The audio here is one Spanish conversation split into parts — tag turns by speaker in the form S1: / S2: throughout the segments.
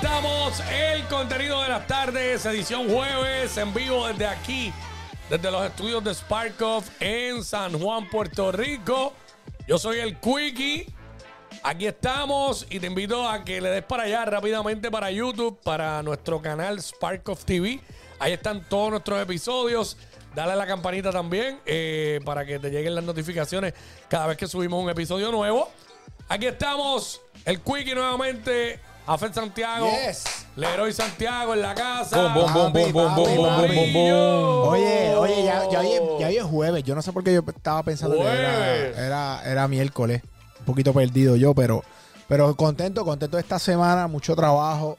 S1: Somos el contenido de las tardes, edición jueves, en vivo desde aquí, desde los estudios de Sparkoff en San Juan, Puerto Rico. Yo soy el Quickie. Aquí estamos y te invito a que le des para allá rápidamente para YouTube, para nuestro canal Sparkoff TV. Ahí están todos nuestros episodios. Dale a la campanita también eh, para que te lleguen las notificaciones cada vez que subimos un episodio nuevo. Aquí estamos, el Quickie nuevamente, Afer Santiago,
S2: Yes.
S1: Leroy Santiago en la casa.
S3: Bom, bom, bom, bom, bom, bom, bom, bom, bom, bom.
S2: Oye, oye, ya, ya, hoy, es- ya hoy es jueves. Yo no sé por qué yo estaba pensando que
S1: Jueves.
S2: era, era, era miércoles. Un poquito perdido yo, pero, pero contento, contento de esta semana. Mucho trabajo.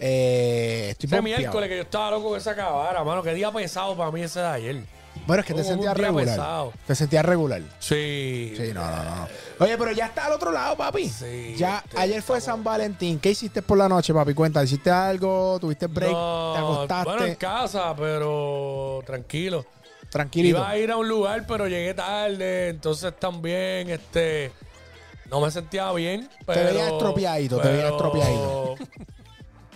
S2: Eh, estoy
S1: Ese
S2: pompeado.
S1: miércoles que yo estaba loco que se acabara, mano. Qué día pesado para mí ese de ayer.
S2: Bueno, es que te
S1: Hubo un
S2: sentías
S1: día
S2: regular.
S1: pesado.
S2: Te sentías regular.
S1: Sí.
S2: Sí, no, no, no. Oye, pero ya está al otro lado, papi.
S1: Sí,
S2: ya
S1: este,
S2: ayer fue San Valentín. ¿Qué hiciste por la noche, papi? Cuenta, ¿hiciste algo? ¿Tuviste break?
S1: No,
S2: ¿Te acostaste?
S1: Bueno, en casa, pero tranquilo.
S2: Tranquilito.
S1: Iba a ir a un lugar, pero llegué tarde. Entonces también, este. No me sentía bien. Pero,
S2: veías estropeadito, te veías estropeadito.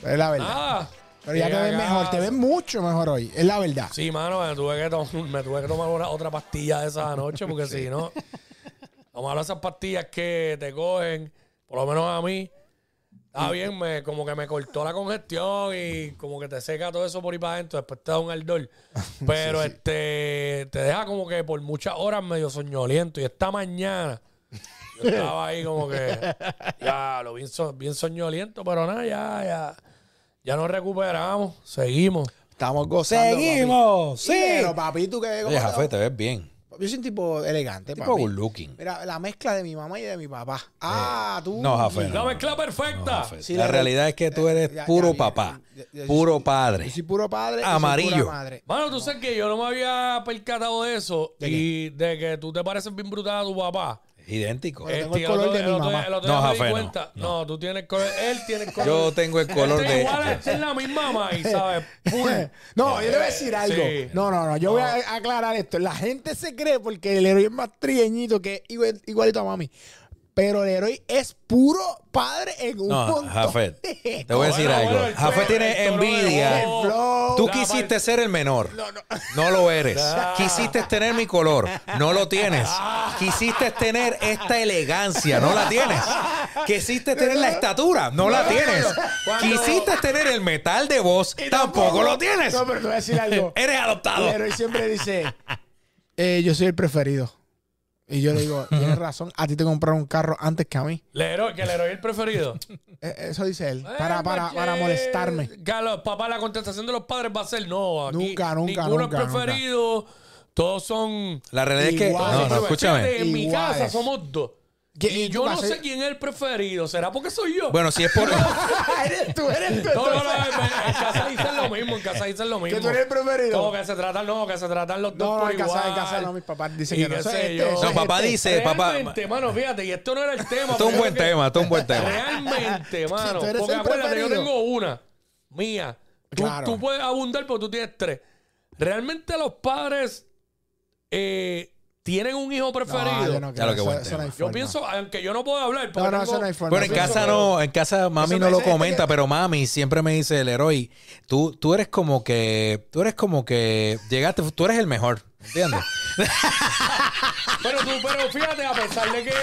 S2: Es la verdad.
S1: Nada.
S2: Pero ya te
S1: Ah, Llegué
S2: ves
S1: a
S2: mejor, te
S1: casa.
S2: ves mucho mejor hoy, es la verdad.
S1: Sí, mano, me tuve que, tom- me tuve que tomar una- otra pastilla de esa anoche porque si no, tomar esas pastillas que te cogen, por lo menos a mí, está bien, me, como que me cortó la congestión y como que te seca todo eso por ahí para adentro, después te da un ardor. Pero este te deja como que por muchas horas medio soñoliento y esta mañana yo estaba ahí como que ya lo bien, so- bien soñoliento, pero nada, ya, ya, ya nos recuperamos, seguimos.
S2: Estamos gozando.
S3: Seguimos,
S2: papi.
S3: sí.
S2: Pero papi, tú que
S3: Oye, Jafé, te ves bien.
S2: Yo soy un tipo elegante,
S3: Tipo
S2: papi.
S3: good looking.
S2: Mira, la mezcla de mi mamá y de mi papá. Ah, tú.
S3: Eh, No, Jafé,
S1: La
S3: no.
S1: mezcla
S3: no,
S1: perfecta.
S3: Jafé.
S2: Sí,
S3: la
S2: la-
S3: realidad es que tú eres
S2: ya- ya
S3: puro
S2: viene.
S3: papá,
S2: Ya- ya-
S3: puro
S2: Yo
S3: padre.
S2: soy puro padre. y soy
S3: Amarillo.
S2: pura madre.
S1: Mano, tú sabes que yo no me había percatado de eso y de que tú te pareces bien brutal a tu papá.
S3: Idéntico.
S2: Eh, tengo
S1: Este,
S2: el color
S1: otro-
S2: de mi
S1: otro-
S2: mamá.
S1: el otro día
S3: No,
S1: me di
S3: Jafé, no,
S1: cuenta. No. tú tienes color. Él tiene el color.
S3: Yo tengo el color
S1: Este
S3: de.
S1: igual a- este es la misma maíz, ¿sabes?
S2: No, yo le voy a decir algo.
S1: Sí.
S2: No, no, no. Yo voy a aclarar esto. La gente se cree porque el héroe es más trieñito que es igual- igualito a mami. Pero el héroe es puro padre en un
S3: No,
S2: montón
S3: Jafé.
S2: de
S3: Te voy a decir
S1: Bueno,
S3: algo.
S1: bueno, el
S3: Jafé
S1: pelo, el
S3: tiene
S1: tono de
S3: envidia.
S2: voz. El flow.
S3: Tú
S1: La
S3: quisiste
S1: par-
S3: ser el menor. No lo eres.
S1: Ah.
S3: Quisiste tener mi color. No lo tienes. Quisiste tener esta elegancia. No la tienes. Quisiste tener la estatura. No la tienes.
S1: Cuando-
S3: Quisiste tener el metal de voz. Tampoco lo tienes.
S2: No, pero te voy a decir algo.
S3: Eres adoptado.
S2: El héroe siempre dice, eh, yo soy el preferido. Y yo le digo, tienes razón, a ti te compraron un carro antes que a mí.
S1: Lero, que Leroy es el preferido.
S2: Eh, Eso dice él,
S1: Eh,
S2: para, para,
S1: maché.
S2: para molestarme.
S1: Claro, papá, la contestación de los padres va a ser no. Aquí
S2: Nunca, nunca,
S1: ninguno
S2: nunca,
S1: es preferido. Todos son.
S3: La realidad es que.
S2: Igual.
S3: No, no,
S1: Fíjate,
S3: escúchame.
S1: En mi
S2: Iguales.
S1: casa somos dos.
S2: ¿Qué-
S1: Y
S2: y
S1: yo
S2: tú
S1: no
S2: vas a
S1: sé
S2: ser-
S1: quién es el preferido. ¿Será porque soy yo?
S3: Bueno, si es por.
S2: eres tú, eres tú.
S1: No, no, no,
S2: entonces.
S1: en, en casa dicen lo mismo, en casa dicen lo mismo.
S2: tú eres el preferido.
S1: No, que se tratan, no, que se tratan los dos
S2: No, no,
S1: por
S2: en casa,
S1: igual.
S2: en casa no, mis papás dicen
S1: Y
S2: que no.
S1: qué
S2: Eso es
S1: sé
S2: este,
S1: yo.
S2: eso es
S3: No, papá
S2: este.
S3: dice, papá.
S1: Realmente, mano, fíjate, y esto no era el tema.
S3: Esto es un
S1: pero
S3: buen
S1: yo creo
S3: tema, esto es un buen
S1: que
S3: tema.
S1: Realmente, mano.
S2: tú eres
S1: Porque
S2: el
S1: acuérdate, yo
S2: preferido.
S1: tengo una, mía. Tú,
S2: Claro.
S1: tú puedes abundar porque tú tienes tres. Realmente los padres eh, tienen un hijo
S2: No,
S1: preferido.
S2: yo
S1: yo
S2: no
S3: Ya lo que
S2: creo,
S3: buen
S2: eso- eso no hay
S3: tema.
S2: forma.
S1: pienso, aunque yo no puedo hablar, porque
S2: No, no,
S1: tengo-
S2: eso no hay forma.
S3: Bueno, en
S2: Eso
S3: casa
S2: creo.
S3: no, en casa mami
S2: Eso
S3: no
S2: me
S3: lo
S2: dice
S3: comenta,
S2: que-
S3: pero mami siempre me dice el héroe, tú, tú eres como que, tú eres como que llegaste, tú eres el mejor, ¿entiendes?
S1: Pero tú, pero fíjate, a pesar de que.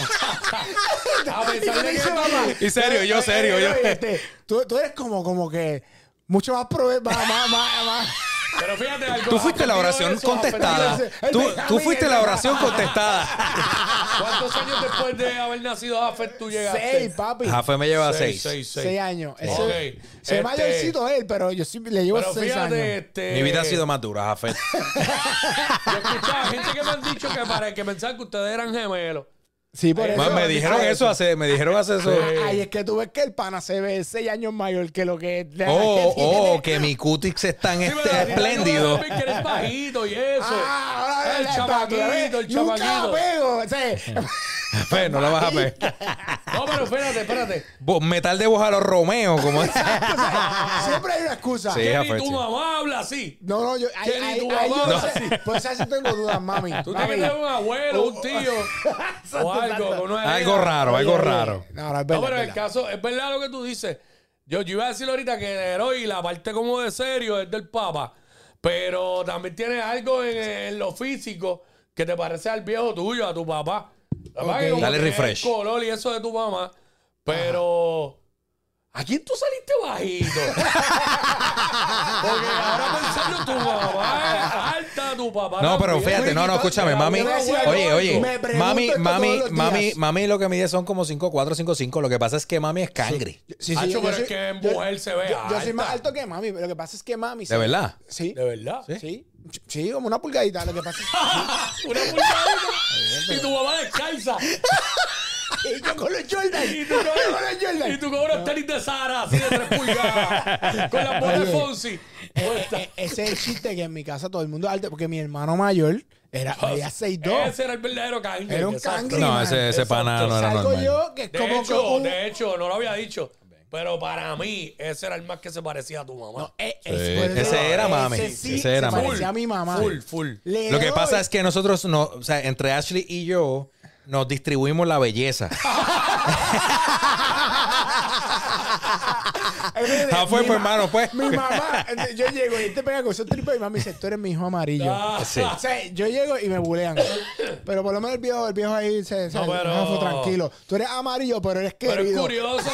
S1: A, a pesar de que. Eh,
S3: Y serio, yo serio, yo.
S2: Oye, este, tú, tú eres como, como que mucho más prove... Más, más, más, más.
S1: Pero fíjate, algo-
S3: Tú fuiste la
S1: algo
S3: oración
S1: eso, a pesar de
S3: contestada.
S1: eso,
S3: Tú, tú fuiste la oración contestada.
S1: ¿Cuántos años después de haber nacido Jafet tú llegaste?
S2: Seis, papi.
S3: Jafé me lleva
S1: seis,
S3: seis.
S1: seis, seis.
S2: Seis años.
S1: Ok.
S2: Ese- Se
S1: Este,
S2: ve mayorcito él, pero yo sí le llevo
S1: Pero
S2: seis años.
S1: fíjate, este.
S3: Mi vida ha sido más dura, Jafé.
S1: Yo escuchaba gente que me han dicho que, para, que pensaban que ustedes eran gemelos.
S2: Sí, por
S1: Ay,
S2: eso.
S3: Más, Me dijeron eso hace, me dijeron hace eso.
S2: Ay, es que tú ves que el pana se ve seis años mayor que lo que...
S3: Oh,
S2: que tiene.
S3: oh, que mi cutix es tan
S1: Sí,
S3: este-
S1: pero a ti te ayuda
S3: espléndido.
S1: también Que eres bajito y eso.
S2: Ah, ahora
S1: el
S2: la- la-
S1: chamaquito, el
S2: Nunca
S1: chamaquito.
S2: la pego. o sea,
S3: Jafé, no la vas a ver.
S1: No, pero espérate, espérate.
S3: Bo- Metal de voz a los Romeo, como
S2: siempre hay una excusa.
S3: Sí.
S1: Que ni
S3: Jafet,
S1: tu
S3: sí.
S1: mamá habla así.
S2: No, no, yo... Ahí,
S1: Que ni
S2: ahí,
S1: tu
S2: ahí yo
S1: mamá
S2: no
S1: habla
S2: sé. Pues así tengo dudas, mami.
S1: Tú tienes
S2: Mami.
S1: que tener un abuelo, un tío o algo. con una
S3: algo
S1: herida.
S3: raro, algo raro.
S2: No, no, es verdad.
S1: No, pero
S2: es
S1: el
S2: verdad.
S1: caso, es verdad lo que tú dices. Yo, yo iba a decir ahorita que Leroy, la parte como de serio, es del Papa. Pero también tiene algo en, en lo físico que te parece al viejo tuyo, a tu papá. La verdad que
S2: Ok.
S1: como
S3: Dale
S1: que es
S3: refresh.
S1: El color y eso de tu mamá. Pero. ¿A quién tú saliste bajito? Porque ahora pensando tu mamá es alta, tu papá.
S3: No, pero
S1: también.
S3: fíjate, no, no, escúchame, mami.
S2: Yo voy a decir algo,
S3: Oye, oye,
S2: me pregunto
S3: mami,
S2: esto
S3: mami,
S2: todos los
S3: mami,
S2: días.
S3: mami, lo que mide son como 5, 4, 5, 5. Lo que pasa es que mami es cangre.
S2: Sí,
S1: Hacho,
S2: yo-
S1: pero
S2: yo
S1: es que en
S2: yo-
S1: mujer se ve
S2: Yo, yo soy
S1: alta.
S2: más alto que mami, pero lo que pasa es que mami.
S3: ¿De verdad?
S2: Sí.
S1: De verdad.
S2: Sí. Sí, como una pulgadita. Lo que pasa es
S1: Una pulgadita. y tu mamá descalza.
S2: que. y yo con los Jordan.
S1: Y tú
S2: yo con
S1: cobras,
S2: los Jordan.
S1: y tú cobras tenis de Sara, así de tres pulgadas. con la bola de Fonsi. Puesta.
S2: Eh, Ese es el chiste que en mi casa todo el mundo es alto, porque mi hermano mayor era, medía 6'2".
S1: Ese era el verdadero cangre.
S2: Era un
S1: exacto.
S2: cangre.
S3: No, ese, ese
S1: Exacto,
S3: pana no era
S2: Salgo
S3: normal.
S2: yo que es
S1: De
S2: como
S1: hecho,
S2: como-
S1: de hecho, no lo había dicho. Pero para mí, ese era el más que se parecía a tu mamá.
S2: Eh,
S3: Sí,
S2: por eso-
S3: ese era mami,
S2: sí
S3: ese era
S2: se
S3: mami.
S2: parecía a mi mamá.
S1: Full, full.
S2: Le
S3: Lo que
S2: doy-
S3: pasa es que nosotros, no, o sea, entre Ashley y yo, nos distribuimos la belleza. Ah, fue,
S2: Eh, Mi
S3: pues,
S2: ma-
S3: hermano, pues.
S2: Mi mamá, eh, yo llego y te pega con esos tripos y mami dice, tú eres mi hijo amarillo.
S1: Ah,
S3: Eh, Sí.
S2: O sea, yo llego y me bulean. Pero por lo menos el viejo, el viejo ahí se, se
S1: No, pero-
S2: no, fue tranquilo. Tú eres amarillo, pero eres
S1: Pero es
S2: querido.
S1: curioso.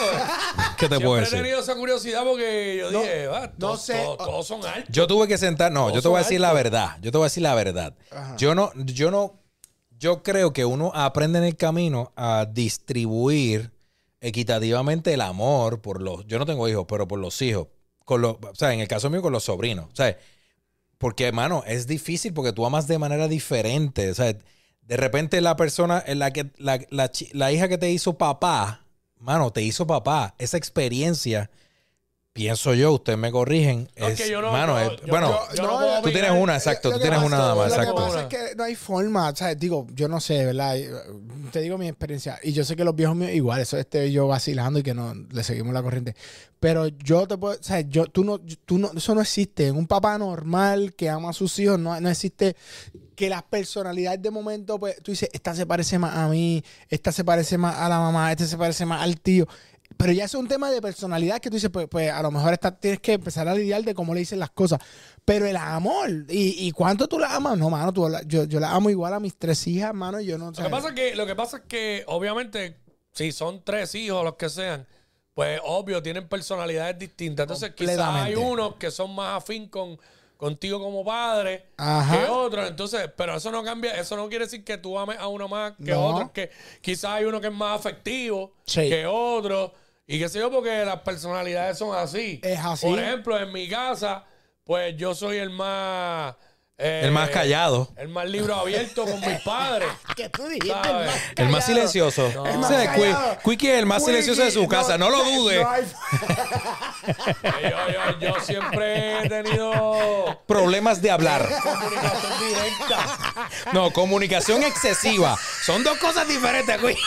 S3: ¿Qué te puedo
S1: Siempre he
S3: decir?
S1: tenido esa curiosidad porque yo dije, va, todos,
S2: sé.
S1: todos- todos son altos.
S3: Yo tuve que sentar, no, yo te voy a
S1: son
S3: decir la verdad, yo te voy a decir la verdad. Yo no, yo no, yo creo que uno aprende en el camino a distribuir equitativamente el amor por los, yo no tengo hijos, pero por los hijos, con los, o sea, en el caso mío con los sobrinos, o sea, porque, hermano, es difícil porque tú amas de manera diferente. O sea, de repente la persona, en la, que, la, la chi- la hija que te hizo papá, mano, te hizo papá. Esa experiencia, pienso yo, ustedes me corrigen.
S1: No, es
S3: es-
S1: que yo no-
S3: mano,
S1: yo-
S3: es-
S1: yo
S3: bueno,
S1: no- yo no
S2: no,
S1: puedo
S3: tú tienes
S1: opinar.
S3: una, exacto.
S2: Lo
S3: Tú
S2: que
S3: tienes
S2: pasa-
S3: una nada más,
S2: Lo que
S3: exacto.
S2: pasa es que no hay forma, o sea, digo, yo no sé, ¿verdad? uh, Te digo mi experiencia, y yo sé que los viejos míos, igual, eso este yo vacilando y que no le seguimos la corriente, pero yo te puedo, o sea, yo, tú no, tú no, eso no existe. En un papá normal que ama a sus hijos, no, no existe que las personalidades de momento, pues tú dices, esta se parece más a mí, esta se parece más a la mamá, este se parece más al tío. Pero ya es un tema de personalidad que tú dices, pues, pues, a lo mejor está, tienes que empezar a lidiar de cómo le dicen las cosas. Pero el amor, ¿y, y cuánto tú la amas? No, mano, tú la- yo, yo la amo igual a mis tres hijas, mano, y yo no... o
S1: Lo
S2: sea,
S1: que, pasa es que, lo que pasa es que, obviamente, si son tres hijos, los que sean, pues obvio, tienen personalidades distintas. Entonces, quizás hay
S2: Completamente.
S1: unos que son más afín con, contigo como padre
S2: Ajá.
S1: que otros. Entonces, pero eso no cambia, eso no quiere decir que tú ames a uno más que
S2: No.
S1: otro. Que quizás hay uno que es más afectivo
S2: Sí.
S1: que otro. Y qué sé yo, porque las personalidades son así.
S2: Es así.
S1: Por ejemplo, en mi casa, pues yo soy el más. eh,
S3: El más callado.
S1: El más libro abierto con mis padres.
S2: que tú dijiste
S1: ¿Sabes?
S3: El más
S2: callado.
S3: silencioso.
S2: El más
S3: O sea, Qui-
S2: callado.
S3: Quickie es el más
S2: Wiki,
S3: silencioso de su casa, no lo dudes.
S2: no hay-
S1: Yo, yo, yo siempre he tenido
S3: Problemas de hablar.
S1: comunicación directa.
S3: No, comunicación excesiva. Son dos cosas diferentes, Quickie.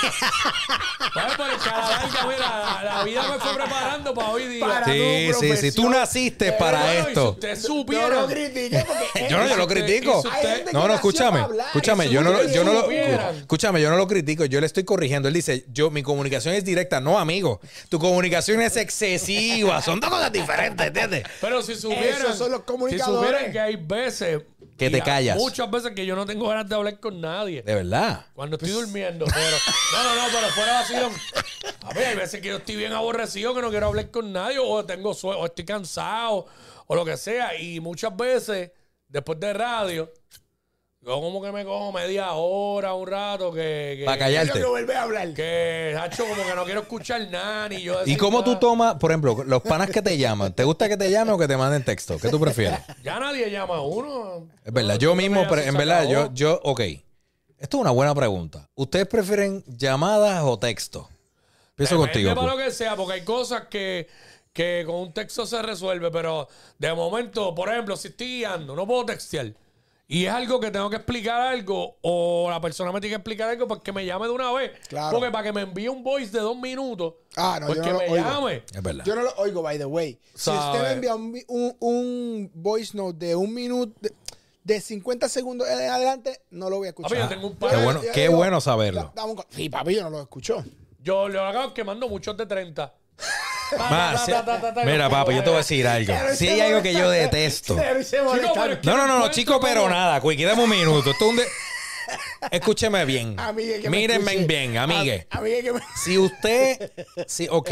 S1: Bueno, pero es que a la larga, mira, la vida me fue preparando para hoy día.
S2: Para-
S3: Sí,
S2: tu
S3: sí, sí. Tú
S2: profesión.
S3: naciste
S1: Bueno,
S3: para
S1: y Si
S3: esto.
S1: usted
S2: No
S1: supiera,
S2: lo critiques porque...
S3: Yo no, yo lo
S1: usted-
S3: critico.
S1: y si
S2: Hay
S1: usted-
S2: gente que
S3: No, no,
S2: nació
S3: escúchame,
S2: para hablar,
S3: escúchame,
S2: eso
S3: yo
S2: es
S3: no,
S2: lo
S3: lo,
S2: que
S3: yo no lo,
S1: supieran.
S3: escúchame, yo no lo critico, yo le estoy corrigiendo. Él dice, yo, mi comunicación es directa, no, amigo, tu comunicación es excesiva, son dos cosas diferentes, ¿entiendes?
S1: Pero si supieran,
S2: Esos son los
S1: si
S2: comunicadores.
S1: supieran que hay veces
S3: Que
S1: y
S3: te
S1: hay
S3: callas.
S1: muchas veces que yo no tengo ganas de hablar con nadie.
S3: De verdad.
S1: Cuando estoy
S3: Pues-
S1: durmiendo, pero. No, no, no, pero fuera vacilón. A ver, hay veces que yo estoy bien aborrecido, que no quiero hablar con nadie, o tengo sue- o estoy cansado, o lo que sea. Y muchas veces, después de radio, yo como que me cojo media hora, un rato, que. que
S3: Para
S2: Es lo
S3: callarte.
S2: que vuelve a hablar.
S1: Que, Hacho, como que no quiero escuchar nada, ni yo.
S3: ¿Y
S1: decir
S3: cómo tú
S1: nada.
S3: tomas, por ejemplo, los panas que te llaman? ¿Te gusta que te llamen o que te manden texto? ¿Qué tú prefieres?
S1: Ya nadie llama a uno.
S3: Es verdad,
S1: No,
S3: yo
S1: tú
S3: mismo,
S1: ya
S3: pre-
S1: se
S3: en verdad, yo,
S1: acabó.
S3: yo, ok. Esto es una buena pregunta. ¿Ustedes prefieren llamadas o texto? Empiezo
S1: Depende
S3: contigo. pues.
S1: para
S3: Pu.
S1: lo que sea, porque hay cosas que, que con un texto se resuelve, pero de momento, por ejemplo, si estoy guiando, no puedo textear. Y es algo que tengo que explicar algo, o la persona me tiene que explicar algo para que me llame de una vez.
S2: Claro.
S1: Porque para que me envíe un voice de dos minutos,
S2: Ah, no, yo
S1: porque
S2: no lo
S1: me
S2: oigo.
S1: llame.
S3: Es verdad.
S2: Yo no lo oigo, by the way. Si
S1: Sabe.
S2: usted me envía un, vi- un, un voice note de un minuto, de, de 50 segundos en adelante, no lo voy a escuchar.
S1: Papi, yo tengo un par-
S3: Qué
S1: Yo-
S3: bueno,
S2: yo
S3: qué
S2: digo,
S3: bueno saberlo.
S2: da- dame un co- Sí, papi, yo no lo escucho.
S1: Yo le acabo quemando muchos de 30.
S3: Ma, si- mira, papi, yo te voy a decir algo. Si hay algo que yo detesto. No, no, no, no, chico, pero nada, Quickie, dame un minuto. Esto es un de- Escúcheme bien.
S2: Amigue, que me
S3: Mírenme
S2: escuche.
S3: bien, amigue.
S2: Am- amigue que me-
S3: Si usted, si, ok,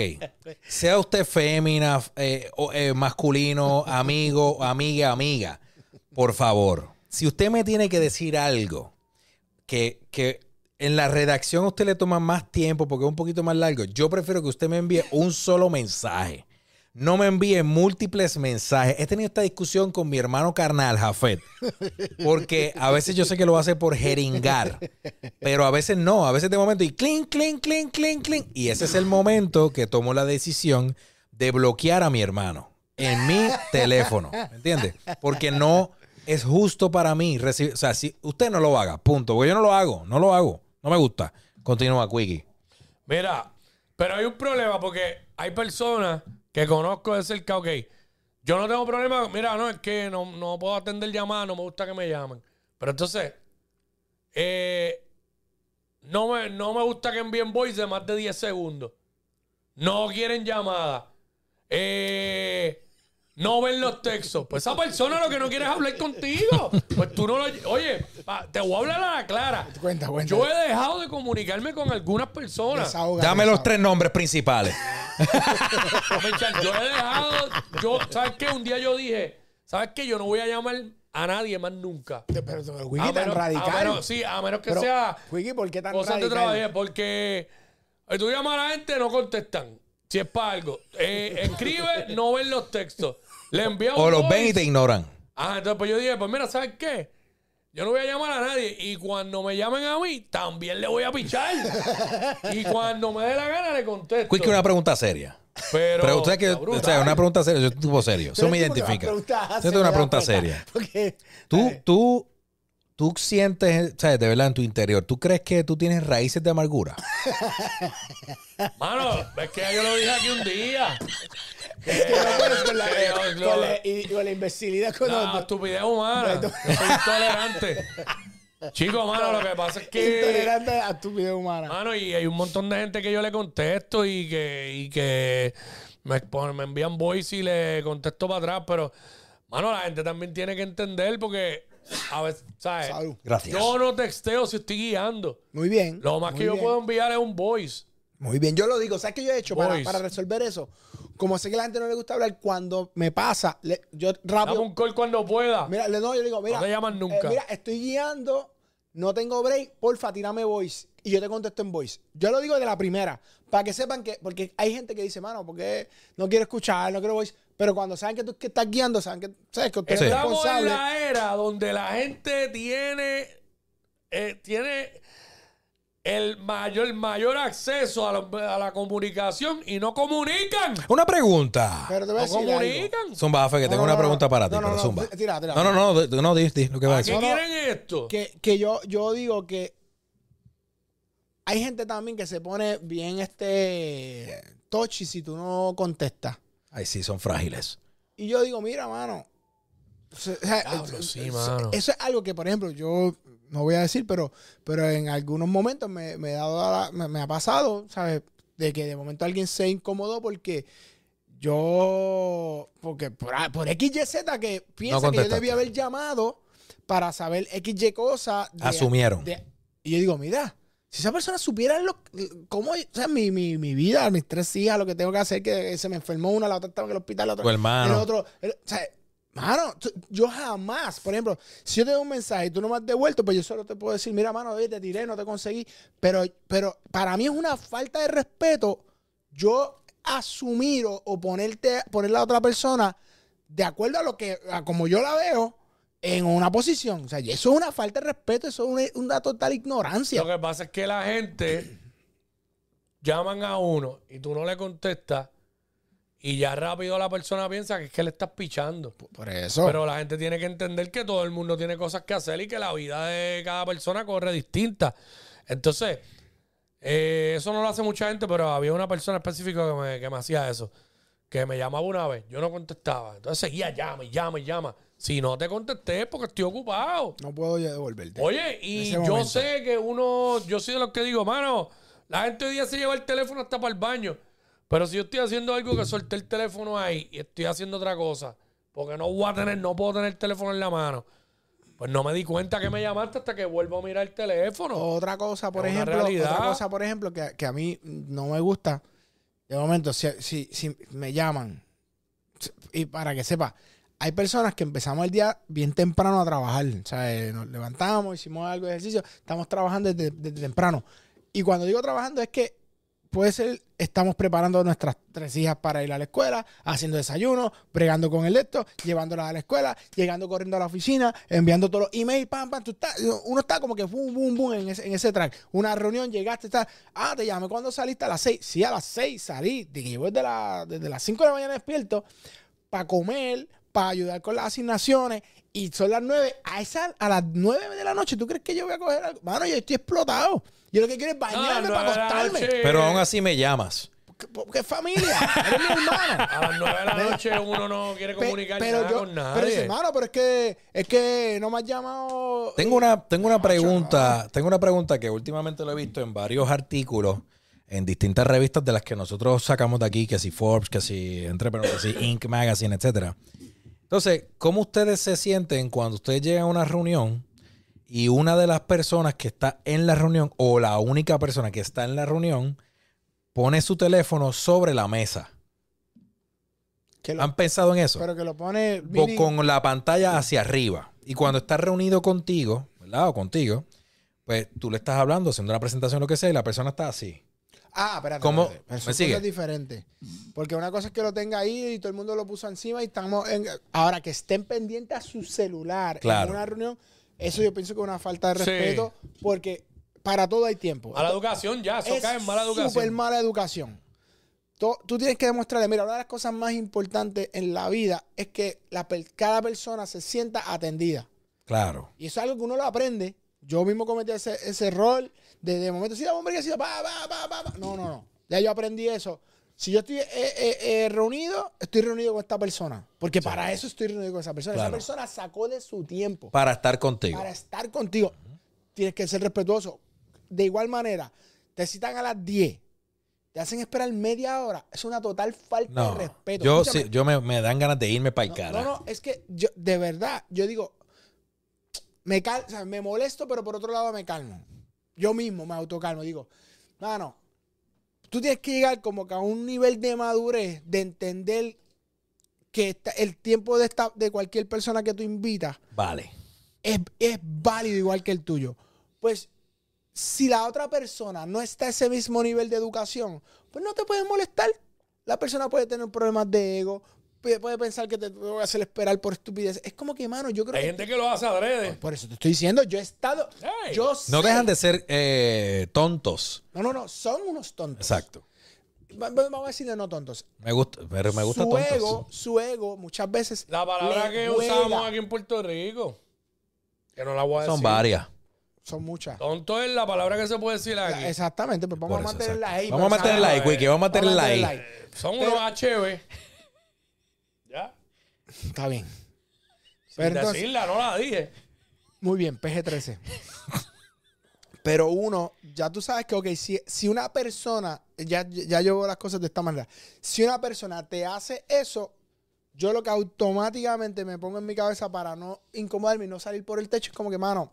S3: sea usted fémina, eh, o, eh, masculino, amigo, amiga, amiga, por favor, si usted me tiene que decir algo que, que en la redacción a usted le toma más tiempo porque es un poquito más largo, yo prefiero que usted me envíe un solo mensaje. No me envíe múltiples mensajes. He tenido esta discusión con mi hermano carnal, Jafet. Porque a veces yo sé que lo hace por jeringar, pero a veces no, a veces de momento y clink, clink, clink, clink, clink. Y ese es el momento que tomo la decisión de bloquear a mi hermano en mi teléfono, ¿me entiendes? Porque no es justo para mí recibir, o sea, si usted no lo haga, punto, porque yo no lo hago, no lo hago, no me gusta. Continúa, Quickie.
S1: Mira, pero hay un problema porque hay personas que conozco de cerca, ok, yo no tengo problema, mira, no, es que no, no puedo atender llamadas, no me gusta que me llamen. Pero entonces, eh, no, me, no me gusta que envíen voice de más de 10 segundos. No quieren llamadas. Eh, no ven los textos. Pues esa persona lo que no quiere es hablar contigo. Pues tú no lo... Oye, pa- te voy a hablar a la clara.
S2: Cuenta, cuenta.
S1: Yo he dejado de comunicarme con algunas personas.
S2: Desahógate,
S3: Dame los
S2: desahógate.
S3: tres nombres principales.
S1: Richard, yo he dejado. Yo, ¿Sabes qué? Un día yo dije, ¿sabes qué? Yo no voy a llamar a nadie más nunca.
S2: Pero, pero, pero, Wiki,
S1: A
S2: tan
S1: menos-
S2: radical.
S1: a menos- ah, sí, a menos que
S2: Pero,
S1: sea
S2: Wiki, ¿por qué tan
S1: cosas de
S2: radical?
S1: trabajo. Porque eh, tú llamas a la gente, no contestan. Si es para algo. Eh, escribe, no ven los textos. Le envía un
S3: O los ven y
S1: voice.
S3: te ignoran.
S1: Ah, entonces pues yo dije, pues mira, ¿sabes qué? Yo no voy a llamar a nadie. Y cuando me llamen a mí, también le voy a pichar. y cuando me dé la gana, le contesto.
S3: Quickie, una pregunta seria.
S1: Pero,
S3: Pero usted que,
S1: está
S3: o
S1: brutal.
S3: sea, una pregunta seria, yo tipo serio, eso
S2: Pero
S3: me
S2: es tipo que
S3: identifica.
S2: las preguntas
S3: Yo tengo una
S2: se me dan
S3: pregunta
S2: cuenta,
S3: seria.
S2: porque-
S3: Tú,
S2: Dale.
S3: tú, tú sientes, ¿sabes? De verdad, en tu interior, ¿tú crees que tú tienes raíces de amargura?
S1: Mano, es que yo lo dije aquí un día.
S2: Es que no puedes con la,
S1: Eh,
S2: con
S1: no,
S2: la- y- con la imbecilidad con
S1: no,
S2: los-
S1: estupidez humana.
S2: No,
S1: Yo soy intolerante. Chico, mano, lo que pasa es que. Ah,
S2: intolerante a tu vida humana.
S1: Mano, y hay un montón de gente que yo le contesto y que, y que me, pon- me envían voice y le contesto para atrás, pero. Mano, la gente también tiene que entender porque. A veces, ¿sabes?
S2: Salud.
S3: Gracias.
S1: Yo no texteo si estoy guiando.
S2: Muy bien.
S1: Lo más
S2: muy
S1: que yo
S2: bien.
S1: puedo enviar es un voice.
S2: Muy bien, yo lo digo. ¿Sabes qué yo he hecho para,
S1: Voice.
S2: para resolver eso? Como sé que la gente no le gusta hablar, cuando me pasa, le- yo
S1: Dame
S2: rápido.
S1: un call cuando pueda.
S2: Ah, pues, Mira, le, no, yo le digo, mira.
S1: te llaman
S2: eh,
S1: nunca.
S2: mira, estoy guiando, no tengo break, porfa, tírame voice. Y yo te contesto en voice. Yo lo digo de la primera, para que sepan que, porque hay gente que dice, mano, porque no quiero escuchar, no quiero voice. Pero cuando saben que tú que estás guiando, saben que, sabes que usted es
S1: Estamos en
S2: responsable.
S1: la era donde la gente tiene, eh, tiene el mayor, el mayor acceso a, la- a la comunicación y no comunican.
S3: Una pregunta.
S2: Pero te voy a
S1: No
S2: decir algo.
S1: comunican.
S3: Zumba, Afe, que
S2: No,
S3: tengo
S2: no,
S3: una
S2: no,
S3: pregunta
S2: no.
S3: para ti,
S2: No, no,
S3: pero
S2: no,
S3: Zumba.
S2: tira, tira.
S3: No, no, no, di- no, di, di lo
S2: Ah,
S3: que vas a
S1: ¿Qué
S3: decir.
S1: quieren esto?
S2: que, que yo, yo digo que hay gente también que se pone bien este tochi si tú no contestas.
S3: Ay, sí, son frágiles.
S2: Y yo digo, mira, mano. o sea, o sea,
S1: Diablo,
S2: eh,
S1: sí,
S2: eh,
S1: mano.
S2: Eso es algo que, por ejemplo, yo no voy a decir, pero, pero en algunos momentos me, me he dado a la- me, me ha pasado, ¿sabes? De que de momento alguien se incomodó porque yo, porque por, A- por XYZ que piensa que yo
S3: contestaste.
S2: debía haber llamado para saber XY cosa. de-
S3: Asumieron.
S2: de- y yo digo, mira, si esa persona supiera lo, cómo, o sea, mi, mi, mi vida, mis tres hijas, lo que tengo que hacer, que se me enfermó una, la otra estaba en el hospital, la otra
S3: Tu
S1: Ah,
S3: hermano.
S2: el otro, el- o sea, mano, tú- yo jamás, por ejemplo, si yo te doy un mensaje y tú no me has devuelto, pues yo solo te puedo decir, mira, mano, oye, te tiré, no te conseguí. Pero, pero para mí es una falta de respeto yo asumir o, o ponerte, poner a la otra persona de acuerdo a lo que, a como yo la veo, en una posición. O sea, y eso es una falta de respeto, eso es una, una total ignorancia.
S1: Lo que pasa es que la gente llaman a uno y tú no le contestas y ya rápido la persona piensa que es que le estás pichando.
S2: Por eso.
S1: Pero la gente tiene que entender que todo el mundo tiene cosas que hacer y que la vida de cada persona corre distinta. Entonces, eh, eso no lo hace mucha gente, pero había una persona específica que me, que me hacía eso. Que me llamaba una vez, yo no contestaba. Entonces seguía llama y llama y llama. Si no te contesté, es porque estoy ocupado.
S2: no puedo yo devolverte.
S1: Oye, y
S2: Este, ese
S1: yo
S2: momento.
S1: sé que uno, yo soy de los que digo, mano, la gente hoy día se lleva el teléfono hasta para el baño. Pero si yo estoy haciendo algo que solté el teléfono ahí y estoy haciendo otra cosa, porque no voy a tener, no puedo tener el teléfono en la mano, pues no me di cuenta que me llamaste hasta que vuelvo a mirar el teléfono.
S2: Otra cosa, por
S1: Es una
S2: ejemplo,
S1: realidad.
S2: otra cosa, por ejemplo, que, que a mí no me gusta. De momento, si, si, si me llaman, y para que sepa, hay personas que empezamos el día bien temprano a trabajar. O sea, eh, nos levantamos, hicimos algo de ejercicio, estamos trabajando desde, desde temprano. Y cuando digo trabajando es que puede ser, estamos preparando a nuestras tres hijas para ir a la escuela, haciendo desayuno, bregando con el esto, llevándolas a la escuela, llegando corriendo a la oficina, enviando todos los emails, pam, pam, tú estás, uno está como que boom, boom, boom en ese, en ese track. Una reunión, llegaste, estás, ah, te llamé cuando saliste a las seis. Sí, a las seis salí, de que llevo desde, la- desde las cinco de la mañana despierto para comer, para ayudar con las asignaciones. Y son las 9. A, esa, a las 9 de la noche, ¿tú crees que yo voy a coger algo? Mano, yo estoy explotado. Yo lo que quiero es bañarme para acostarme.
S3: Pero aún así me llamas.
S2: ¿Qué- ¿Qué familia? Eres mi hermano.
S1: A las 9 de la noche uno no quiere
S2: Pe-
S1: comunicar
S2: pero
S1: nada
S2: yo,
S1: con nadie.
S2: pero dice, hermano, pero es que, es que no me has llamado.
S3: Tengo una, tengo una pregunta, tengo una pregunta que últimamente lo he visto en varios artículos en distintas revistas de las que nosotros sacamos de aquí, que si Forbes, que si Entrepreneur, que si Inc. Magazine, etcétera. Entonces, ¿cómo ustedes se sienten cuando ustedes llegan a una reunión y una de las personas que está en la reunión o la única persona que está en la reunión pone su teléfono sobre la mesa?
S2: Que lo-
S3: ¿Han pensado en eso?
S2: pero que lo pone.
S3: o
S2: mini-
S3: con la pantalla hacia arriba. Y cuando estás reunido contigo, ¿verdad? O contigo, pues tú le estás hablando, haciendo una presentación, lo que sea, y la persona está así.
S2: Ah, espérate.
S3: ¿Cómo?
S2: espérate. Pero
S3: ¿Me
S2: son
S3: sigue?
S2: cosas diferentes. Porque una cosa es que lo tenga ahí y todo el mundo lo puso encima y estamos. en- Ahora, que estén pendientes a su celular
S3: Claro.
S2: en una reunión, eso yo pienso que es una falta de
S1: Sí.
S2: respeto porque para todo hay tiempo.
S1: Mala educación ya, eso
S2: es
S1: cae en mala educación.
S2: súper mala educación. To- Tú tienes que demostrarle, mira, una de las cosas más importantes en la vida es que la per- cada persona se sienta atendida.
S3: Claro.
S2: Y eso es algo que uno lo aprende. Yo mismo cometí ese, ese error de, de momento, sí, dame un brequecito, pa, pa, pa, pa, pa. No, no, no. Ya yo aprendí eso. Si yo estoy eh, eh, eh, reunido, estoy reunido con esta persona. Porque para eso estoy reunido con esa persona.
S3: Claro.
S2: Esa persona sacó de su tiempo
S3: Para estar contigo.
S2: para estar contigo. Tienes que ser respetuoso. De igual manera, te citan a las 10. Te hacen esperar media hora. Es una total falta
S3: No.
S2: de respeto.
S3: Yo,
S2: Escúchame,
S3: sí- yo me, me dan ganas de irme para el
S2: no, no, es que yo, de verdad, yo digo, me, cal- o sea, me molesto, pero por otro lado me calmo. Yo mismo me autocalmo. Digo, mano, tú tienes que llegar como que a un nivel de madurez, de entender que esta- el tiempo de, esta, de cualquier persona que tú invitas
S3: Vale.
S2: es, es válido igual que el tuyo. Pues si la otra persona no está a ese mismo nivel de educación, pues no te puedes molestar. La persona puede tener problemas de ego, puede puede pensar que te te voy a hacer esperar por estupidez. Es como que, mano, yo creo
S1: Hay
S2: que...
S1: gente que lo hace adrede.
S2: Por eso te estoy diciendo, yo he estado...
S1: Hey.
S2: yo
S3: No
S2: sé-
S3: dejan de ser eh, tontos.
S2: No, no, no, son unos tontos.
S3: Exacto.
S2: Va- va- Vamos a decirle no tontos.
S3: Me gusta, pero me gusta
S2: su
S3: tontos.
S2: ego, su ego, muchas veces...
S1: La palabra
S2: le
S1: que
S2: juega.
S1: usamos aquí en Puerto Rico, que no la voy a decir.
S3: Son varias.
S2: Son muchas.
S1: Tonto es la palabra que se puede decir aquí.
S2: Exactamente, pues vamos
S3: Por
S2: a
S3: eso,
S2: mantenerla
S3: exacto.
S2: ahí.
S3: Vamos a
S2: pero,
S3: mantenerla ahí,
S1: ¿sabes?
S3: Quickie. Vamos a mantenerla
S2: Vamos a
S3: ahí.
S2: mantenerla ahí.
S1: Son
S2: Pero-
S1: unos HB. Ya.
S2: Está bien.
S1: Sin
S2: Pero entonces-
S1: decirla, no la dije.
S2: Muy bien, PG-13. Pero uno, ya tú sabes que, ok, si, si una persona, ya, ya yo veo las cosas de esta manera, si una persona te hace eso, yo lo que automáticamente me pongo en mi cabeza para no incomodarme y no salir por el techo es como que, mano,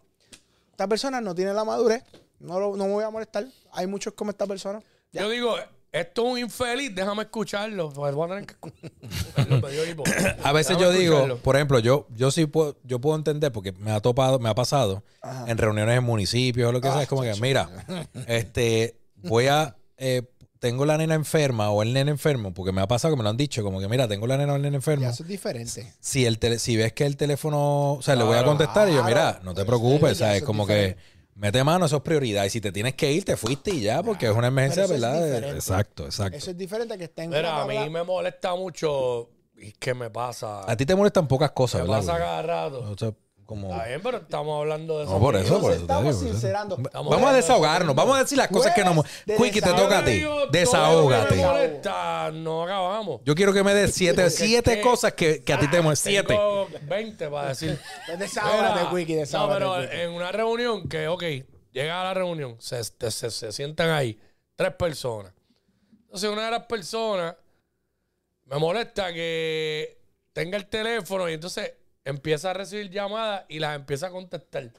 S2: esta persona no tiene la madurez, no, lo- no me voy a molestar, hay muchos como esta persona. Ya.
S1: Yo digo, esto es un infeliz, déjame escucharlo. Pues voy a tener que escucharlo, me dio hipo.
S3: A veces
S1: Déjame
S3: yo digo, pues,
S1: escucharlo.
S3: por ejemplo, yo, yo sí puedo, yo puedo entender porque me ha topado, me ha pasado en reuniones en municipios, lo que
S2: Ah,
S3: sea, es como que, mira, este, voy a, eh, tengo la nena enferma o el nene enfermo, porque me ha pasado que me lo han dicho, como que, mira, tengo la nena o el nene enfermo.
S2: Ya, eso es diferente.
S3: Si el tele- si ves que el teléfono, o sea, le voy a
S1: Claro.
S3: contestar y yo, mira,
S2: Claro.
S3: no te
S2: Pues,
S3: preocupes,
S2: sí, ya
S3: ¿sabes?
S2: eso es
S3: Como que
S2: diferente.
S3: mete mano, eso es prioridad. Y si te tienes que ir, te fuiste y ya, porque es una emergencia,
S2: pero eso es
S3: ¿verdad?
S2: diferente.
S3: exacto, exacto.
S2: Eso es diferente que estén...
S1: Mira, a mí me molesta mucho. ¿Y qué me pasa?
S3: A ti Ah, te molestan pocas cosas,
S1: me
S3: ¿verdad?
S1: pasa
S3: Porque-
S1: cada rato.
S3: o sea, como...
S1: Está bien, pero estamos hablando de
S3: No, por
S1: cosas.
S3: eso, por
S2: Nos
S3: eso. te
S2: estamos
S3: digo, por eso.
S2: sincerando. Estamos
S3: vamos a
S1: hablando de todo.
S3: desahogarnos, vamos a decir las cosas que no. mo-
S2: de
S3: Quicky, te
S2: desahogo.
S3: toca a
S1: Yo
S3: ti.
S1: digo, Pues, todo lo que
S3: Desahógate.
S1: me molesta, no acabamos.
S3: Yo quiero que me des siete, siete
S1: que- Ah,
S3: cosas que, que a ti te molestan. Siete.
S1: Tengo 20 para decir. Mira,
S2: Desahógate, Wiki, desahógate.
S1: No, pero eh,
S2: Wiki.
S1: en una reunión que, ok, llega a la reunión, se, te- se- se sientan ahí tres personas. Entonces, una de las personas me molesta que tenga el teléfono y entonces empieza a recibir llamadas y las empieza a contestar.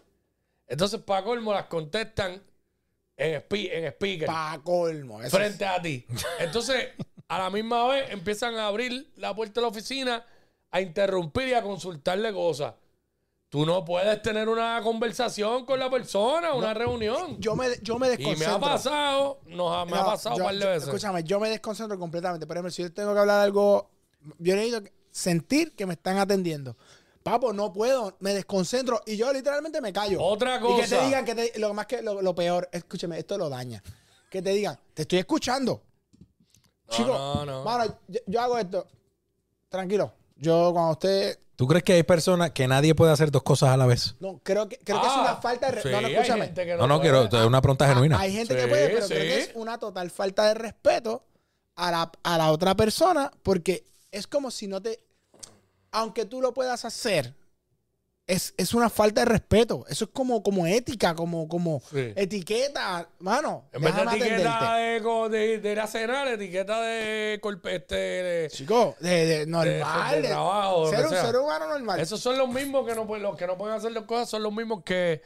S1: Entonces, para colmo, las contestan en, spe- en speaker
S2: Pa' colmo. Eso es-
S1: frente a ti. Entonces, a la misma vez empiezan a abrir la puerta de la oficina, a interrumpir y a consultarle cosas. Tú no puedes tener una conversación con la persona, una reunión.
S2: Yo me, yo me
S1: y me
S2: desconcentro.
S1: ha pasado, nos ha, me ha
S2: No,
S1: pasado
S2: yo-
S1: un par de
S2: yo-
S1: veces.
S2: Escúchame, yo me desconcentro completamente. Por ejemplo, si yo tengo que hablar algo, yo necesito que- sentir que me están atendiendo. Papo, no puedo, me desconcentro y yo literalmente me callo.
S1: Otra
S2: Y que te
S1: cosa.
S2: digan que te- lo más que lo, lo peor, escúchame, esto lo daña. Que te digan, te estoy escuchando.
S1: No,
S2: Chico,
S1: no, no.
S2: mano, yo, yo hago esto. Tranquilo. Yo cuando usted
S3: ¿Tú crees que hay personas que nadie puede hacer dos cosas a la vez?
S2: no creo que creo que es
S1: Ah,
S2: una falta de re-
S1: sí,
S2: no, no,
S1: hay
S2: escúchame.
S1: gente que
S3: No, no,
S1: puede.
S3: quiero te doy una pregunta genuina.
S2: Hay gente
S1: Sí,
S2: que puede, pero creo
S1: sí.
S2: que es una total falta de respeto a la, a la otra persona porque es como si no te... Aunque tú lo puedas hacer, es, es una falta de respeto. Eso es como, como ética, como, como
S1: Sí.
S2: etiqueta. Mano,
S1: En vez de
S2: déjame
S1: etiqueta eh,
S2: atenderte.
S1: de, co- de- de ir a cenar, etiqueta de, corp- este, de-
S2: Chico, de, de normal.
S1: de
S2: de-
S1: trabajo,
S2: ser
S1: lo
S2: un
S1: que sea.
S2: ser humano normal.
S1: Esos son los mismos que no, pueden- los que no pueden hacer las cosas, son los mismos que,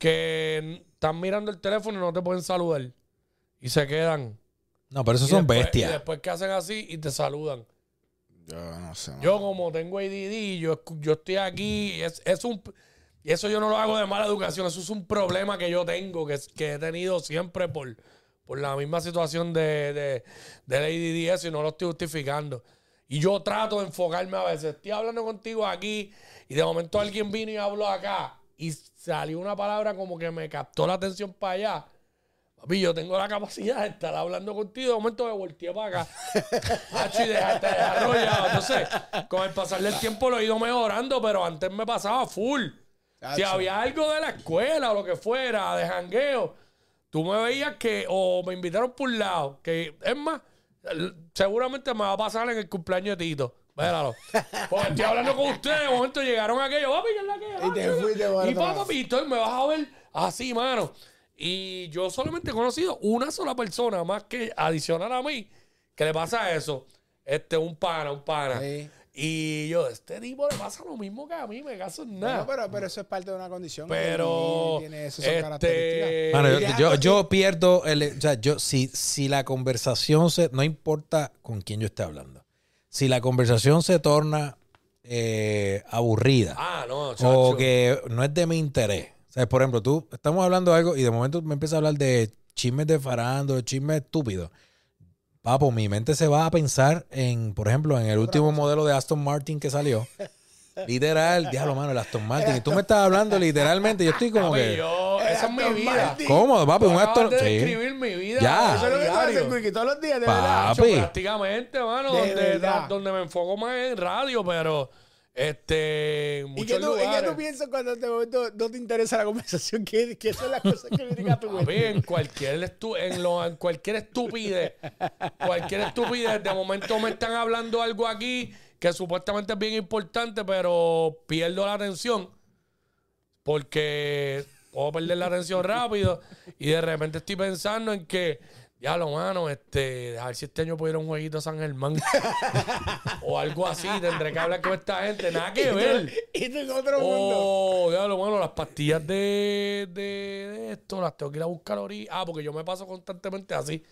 S1: que están mirando el teléfono y no te pueden saludar. Y se quedan.
S3: No, pero
S1: Y
S3: esos son
S1: después- Y
S3: bestias.
S1: después que hacen así y te saludan.
S2: yo no sé. mano.
S1: Yo como tengo ADD, yo, escu- yo estoy aquí, y es, es un... Y eso yo no lo hago de mala educación, eso es un problema que yo tengo, que, es- que he tenido siempre por, por la misma situación de, de, de la ADD y eso, y no lo estoy justificando. Y yo trato de enfocarme a veces, estoy hablando contigo aquí, y de momento alguien vino y habló acá, y salió una palabra como que me captó la atención para allá. Papi, yo tengo la capacidad de estar hablando contigo. De momento me volteé para acá. Hacho, y dejaste arrollado. Entonces, con el pasar del tiempo lo he ido mejorando, pero antes me pasaba full. Si
S2: Hacho.
S1: había algo de la escuela o lo que fuera, de jangueo, tú me veías que, o me invitaron por un lado, que es más, l- seguramente me va a pasar en el cumpleaños de Tito. Míralo. Porque estoy hablando con ustedes, de momento llegaron aquellos, papi, ¿qué es la que?
S2: Y te
S1: Ah,
S2: fuiste por
S1: Y
S2: otro lado.
S1: papi, Víctor, me vas a ver así, mano. Y yo solamente he conocido una sola persona, más que adicional a mí, que le pasa eso. Este, un pana, un pana.
S2: Sí.
S1: Y yo, este tipo le pasa lo mismo que a mí, me caso en nada.
S2: Bueno, pero, pero eso es parte de una condición. que
S1: pero,
S2: tiene esas
S1: este,
S2: características.
S3: Mano, yo,
S2: Y deja
S3: yo-
S2: que-
S3: yo pierdo el. O sea, yo, si, si la conversación se. No importa con quién yo esté hablando. Si la conversación se torna eh, aburrida
S1: ah, no, chacho.
S3: o que no es de mi interés. O sea, por ejemplo, tú estamos hablando de algo y de momento me empiezas a hablar de chismes de farando, chismes estúpidos. Papo, mi mente se va a pensar en, por ejemplo, en el último modelo de Aston Martin que salió. Literal, diablo, mano, el Aston Martin. Y tú me estás hablando literalmente. Yo estoy como
S1: Papi,
S3: que.
S1: yo, esa es mi
S2: Aston
S1: vida.
S2: Martin.
S3: Cómodo, papi,
S1: Tú
S3: un
S1: acabas
S3: Aston.
S1: de
S3: Sí.
S1: describir mi vida.
S3: Ya.
S2: Eso es lo que tú
S1: diario.
S2: haces, Quickie, todos los días, de verdad.
S3: Papi.
S1: Nacho, prácticamente, mano.
S2: De
S1: Donde,
S2: verdad.
S1: donde me enfoco más en radio, pero este. en
S2: ¿Y qué,
S1: Muchos
S2: tú, y qué
S1: lugares.
S2: tú piensas cuando de momento no te interesa la conversación? Que, que son las cosas que vienen a tu
S1: Papi,
S2: mente.
S1: en cualquier, estu- en lo- en cualquier estupidez, cualquier estupidez, de momento me están hablando algo aquí que supuestamente es bien importante, pero pierdo la atención porque puedo perder la atención rápido y de repente estoy pensando en que, ya lo mano, este, a ver si este año pudiera un jueguito a San Germán o algo así, tendré que hablar con esta gente, nada que ver.
S2: Y tú en otro mundo.
S1: Oh, diablo, bueno, las pastillas de, de, de esto las tengo que ir a buscar ahorita. Ah, porque yo me paso constantemente así.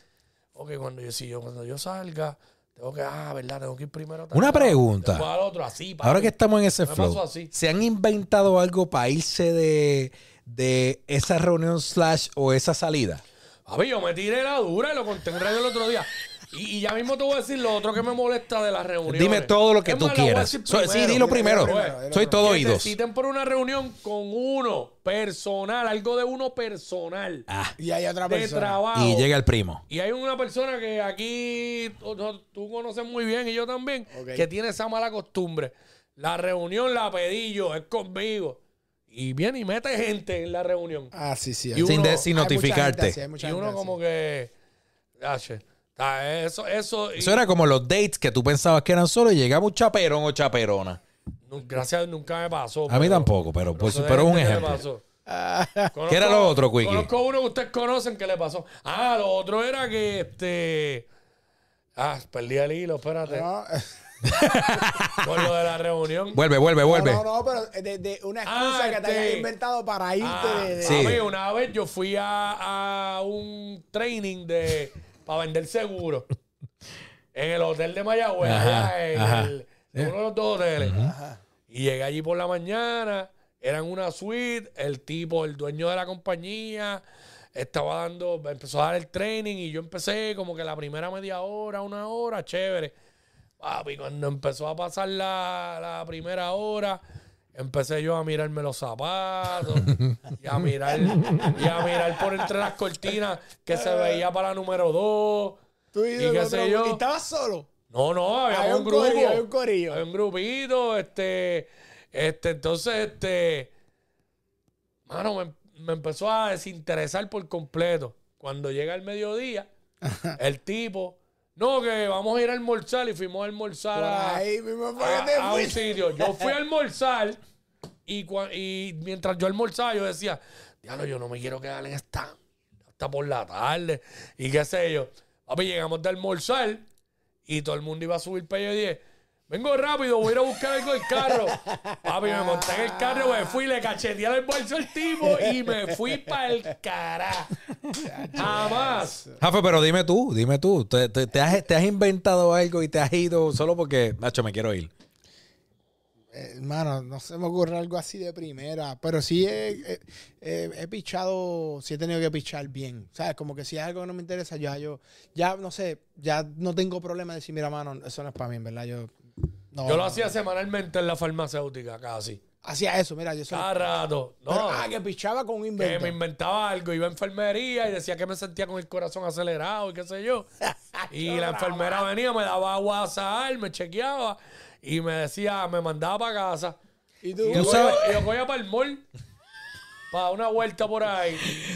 S1: Ok, cuando yo, si yo, cuando yo salga, tengo que, ah, verdad, tengo que ir primero. a tal
S3: Una
S1: lado,
S3: pregunta.
S1: después al otro, así. papi.
S3: Ahora que estamos en ese
S1: Me
S3: flow,
S1: pasó así.
S3: ¿se han inventado algo para irse de, de esa reunión slash o esa salida?
S1: Papi, yo me tiré la dura y lo conté en radio el otro día. Y, y ya mismo te voy a decir lo otro que me molesta de las reuniones.
S3: Dime todo lo que
S1: Es
S3: tú
S1: más, la voy a
S3: quieras.
S1: decir
S3: So- sí,
S1: primero.
S3: dilo primero.
S2: dilo primero,
S3: Soy
S2: dilo
S3: todo
S1: que
S3: oídos.
S1: te citen por una reunión con uno personal, algo de uno personal,
S3: Ah,
S2: Y hay otra
S1: de
S2: persona.
S1: trabajo.
S3: y llega el primo.
S1: Y hay una persona que aquí tú, tú- tú conoces muy bien y yo también,
S2: Ok.
S1: que tiene esa mala costumbre. La reunión la pedí yo, es conmigo. Y viene y mete gente en la reunión.
S2: Ah, sí, sí.
S1: Y
S2: hay-
S1: uno-
S3: sin, de- sin
S2: hay mucha gente así,
S3: notificarte.
S2: hay mucha
S1: y
S2: gente
S1: uno
S2: así.
S1: como que... ah, che, está, Eso, eso... y-
S3: Eso era como los dates que tú pensabas que eran solo y llegaba un chaperón o chaperona.
S1: nu- Gracias, a Dios, nunca me pasó.
S3: A mí tampoco, pero, pues,
S1: eso de
S3: pero un
S1: gente que le
S3: ejemplo.
S1: pasó.
S2: Ah,
S1: Conozco-
S3: ¿Qué era lo otro, Quickie?
S1: Conozco uno que ustedes conocen que le pasó. Ah, lo otro era que este Ah, perdí el hilo, espérate.
S2: No,
S1: Con lo de la reunión.
S3: Vuelve, vuelve, vuelve.
S2: no, no, pero de, de una excusa
S1: Ah,
S2: que te
S1: este.
S2: hayas inventado para irte
S1: Ah,
S2: de, de-
S3: Sí.
S1: a mí una vez yo fui a, a un training de para vender seguro en el hotel de Mayagüez,
S3: Ajá,
S1: allá en
S3: ajá.
S1: el- en uno de los dos hoteles. Y llegué allí por la mañana, eran una suite, el tipo, el dueño de la compañía, estaba dando, empezó a dar el training y yo empecé como que la primera media hora, una hora, chévere. Papi, cuando empezó a pasar la, la primera hora, empecé yo a mirarme los zapatos y a mirar, y a mirar por entre las cortinas que se veía para número 2.
S2: tú
S1: ¿Y
S2: y, de
S1: qué
S2: otro-
S1: sé yo?
S2: y estabas solo.
S1: No, no, había
S2: Había
S1: un,
S2: un
S1: grupo.
S2: corillo, había un corillo.
S1: Había un grupito, este, este, entonces, este, mano, me, me empezó a desinteresar por completo. Cuando llega el mediodía, el tipo, no, que vamos a ir a almorzar y fuimos a almorzar
S2: Por
S1: a,
S2: ahí mismo fue que
S1: a,
S2: te
S1: a un
S2: fuiste.
S1: sitio. Yo fui a almorzar y, cua- y mientras yo almorzaba, yo decía, diablo, yo no me quiero quedar en esta hasta por la tarde y qué sé yo. Papi, llegamos de almorzar y todo el mundo iba a subir pello 10. Vengo rápido, voy a ir a buscar algo del carro. Papi, me monté en el carro, me fui, le cacheteé el bolso al tipo y me fui para el carajo. Jamás.
S3: Jafe, pero dime tú, dime tú. ¿Te, te- te has, te has inventado algo y te has ido solo porque, Nacho, me quiero ir?
S2: Eh, Hermano, no se me ocurre algo así de primera, pero sí he, he- he- he pichado, sí he tenido que pichar bien. ¿Sabes? Como que si es algo que no me interesa, ya yo, ya no sé, ya no tengo problema de decir, mira, mano, eso no es para mí, en verdad. Yo, no,
S1: Yo lo
S2: no,
S1: hacía semanalmente en la farmacéutica, casi.
S2: Hacía eso, mira, yo solo.
S1: Cada rato. No.
S2: Pero, ah, que pichaba con un
S1: que
S2: invento.
S1: me inventaba algo, iba a enfermería y decía que me sentía con el corazón acelerado y qué sé yo. y la enfermera venía, me daba agua a sal, me chequeaba y me decía, me mandaba para casa.
S2: Y
S1: Y
S2: tú,
S1: yo,
S3: Tú sabes-
S1: cogía- y yo cogía para el mall, para una vuelta por ahí.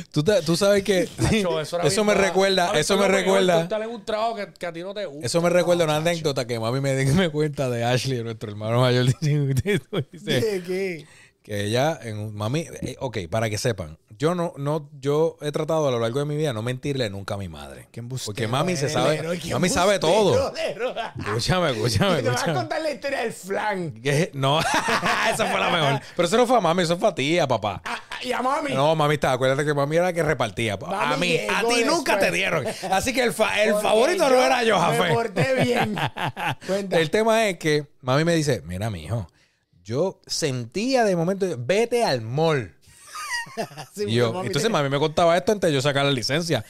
S3: Tú, te- tú sabes que
S1: Nacho,
S3: eso,
S1: era bien
S3: me
S1: mal.
S3: recuerda,
S1: Ahora
S3: eso
S1: tú
S3: me
S1: lo que llevas
S3: recuerda.
S1: a estar en un trabajo que, que a ti no te gusta.
S3: Eso me recuerda una anécdota que mami me, me cuenta de Ashley, nuestro hermano mayor. Dice
S2: ¿qué, qué?
S3: que ella, en un- mami, eh, ok, para que sepan, yo no, no, yo he tratado a lo largo de mi vida no mentirle nunca a mi madre.
S2: Qué embustero
S3: Porque mami se
S2: eres,
S3: sabe,
S2: Lero, qué
S3: mami sabe todo.
S2: embustero, Lero.
S3: Escúchame, escúchame,
S2: Y te vas a
S3: escúchame.
S2: contar la historia del flan.
S3: Que- No, esa fue la mejor. Pero eso no fue a mami, eso fue a ti, a papá.
S2: Ah, ah, Y a mami.
S3: No, mami, está, acuérdate que mami era la que repartía. a
S2: Mami
S3: mí, a
S2: llegó
S3: ti nunca te
S2: después.
S3: dieron. Así que el, fa- el
S2: Porque
S3: favorito no era yo,
S2: Me
S3: Jafé.
S2: porté bien. Cuenta.
S3: El tema es que mami me dice, mira, mijo, yo sentía de momento, vete al mall.
S2: Sí,
S3: Y yo,
S2: porque Este mami
S3: entonces
S2: te-
S3: mami me contaba esto antes de yo sacar la licencia.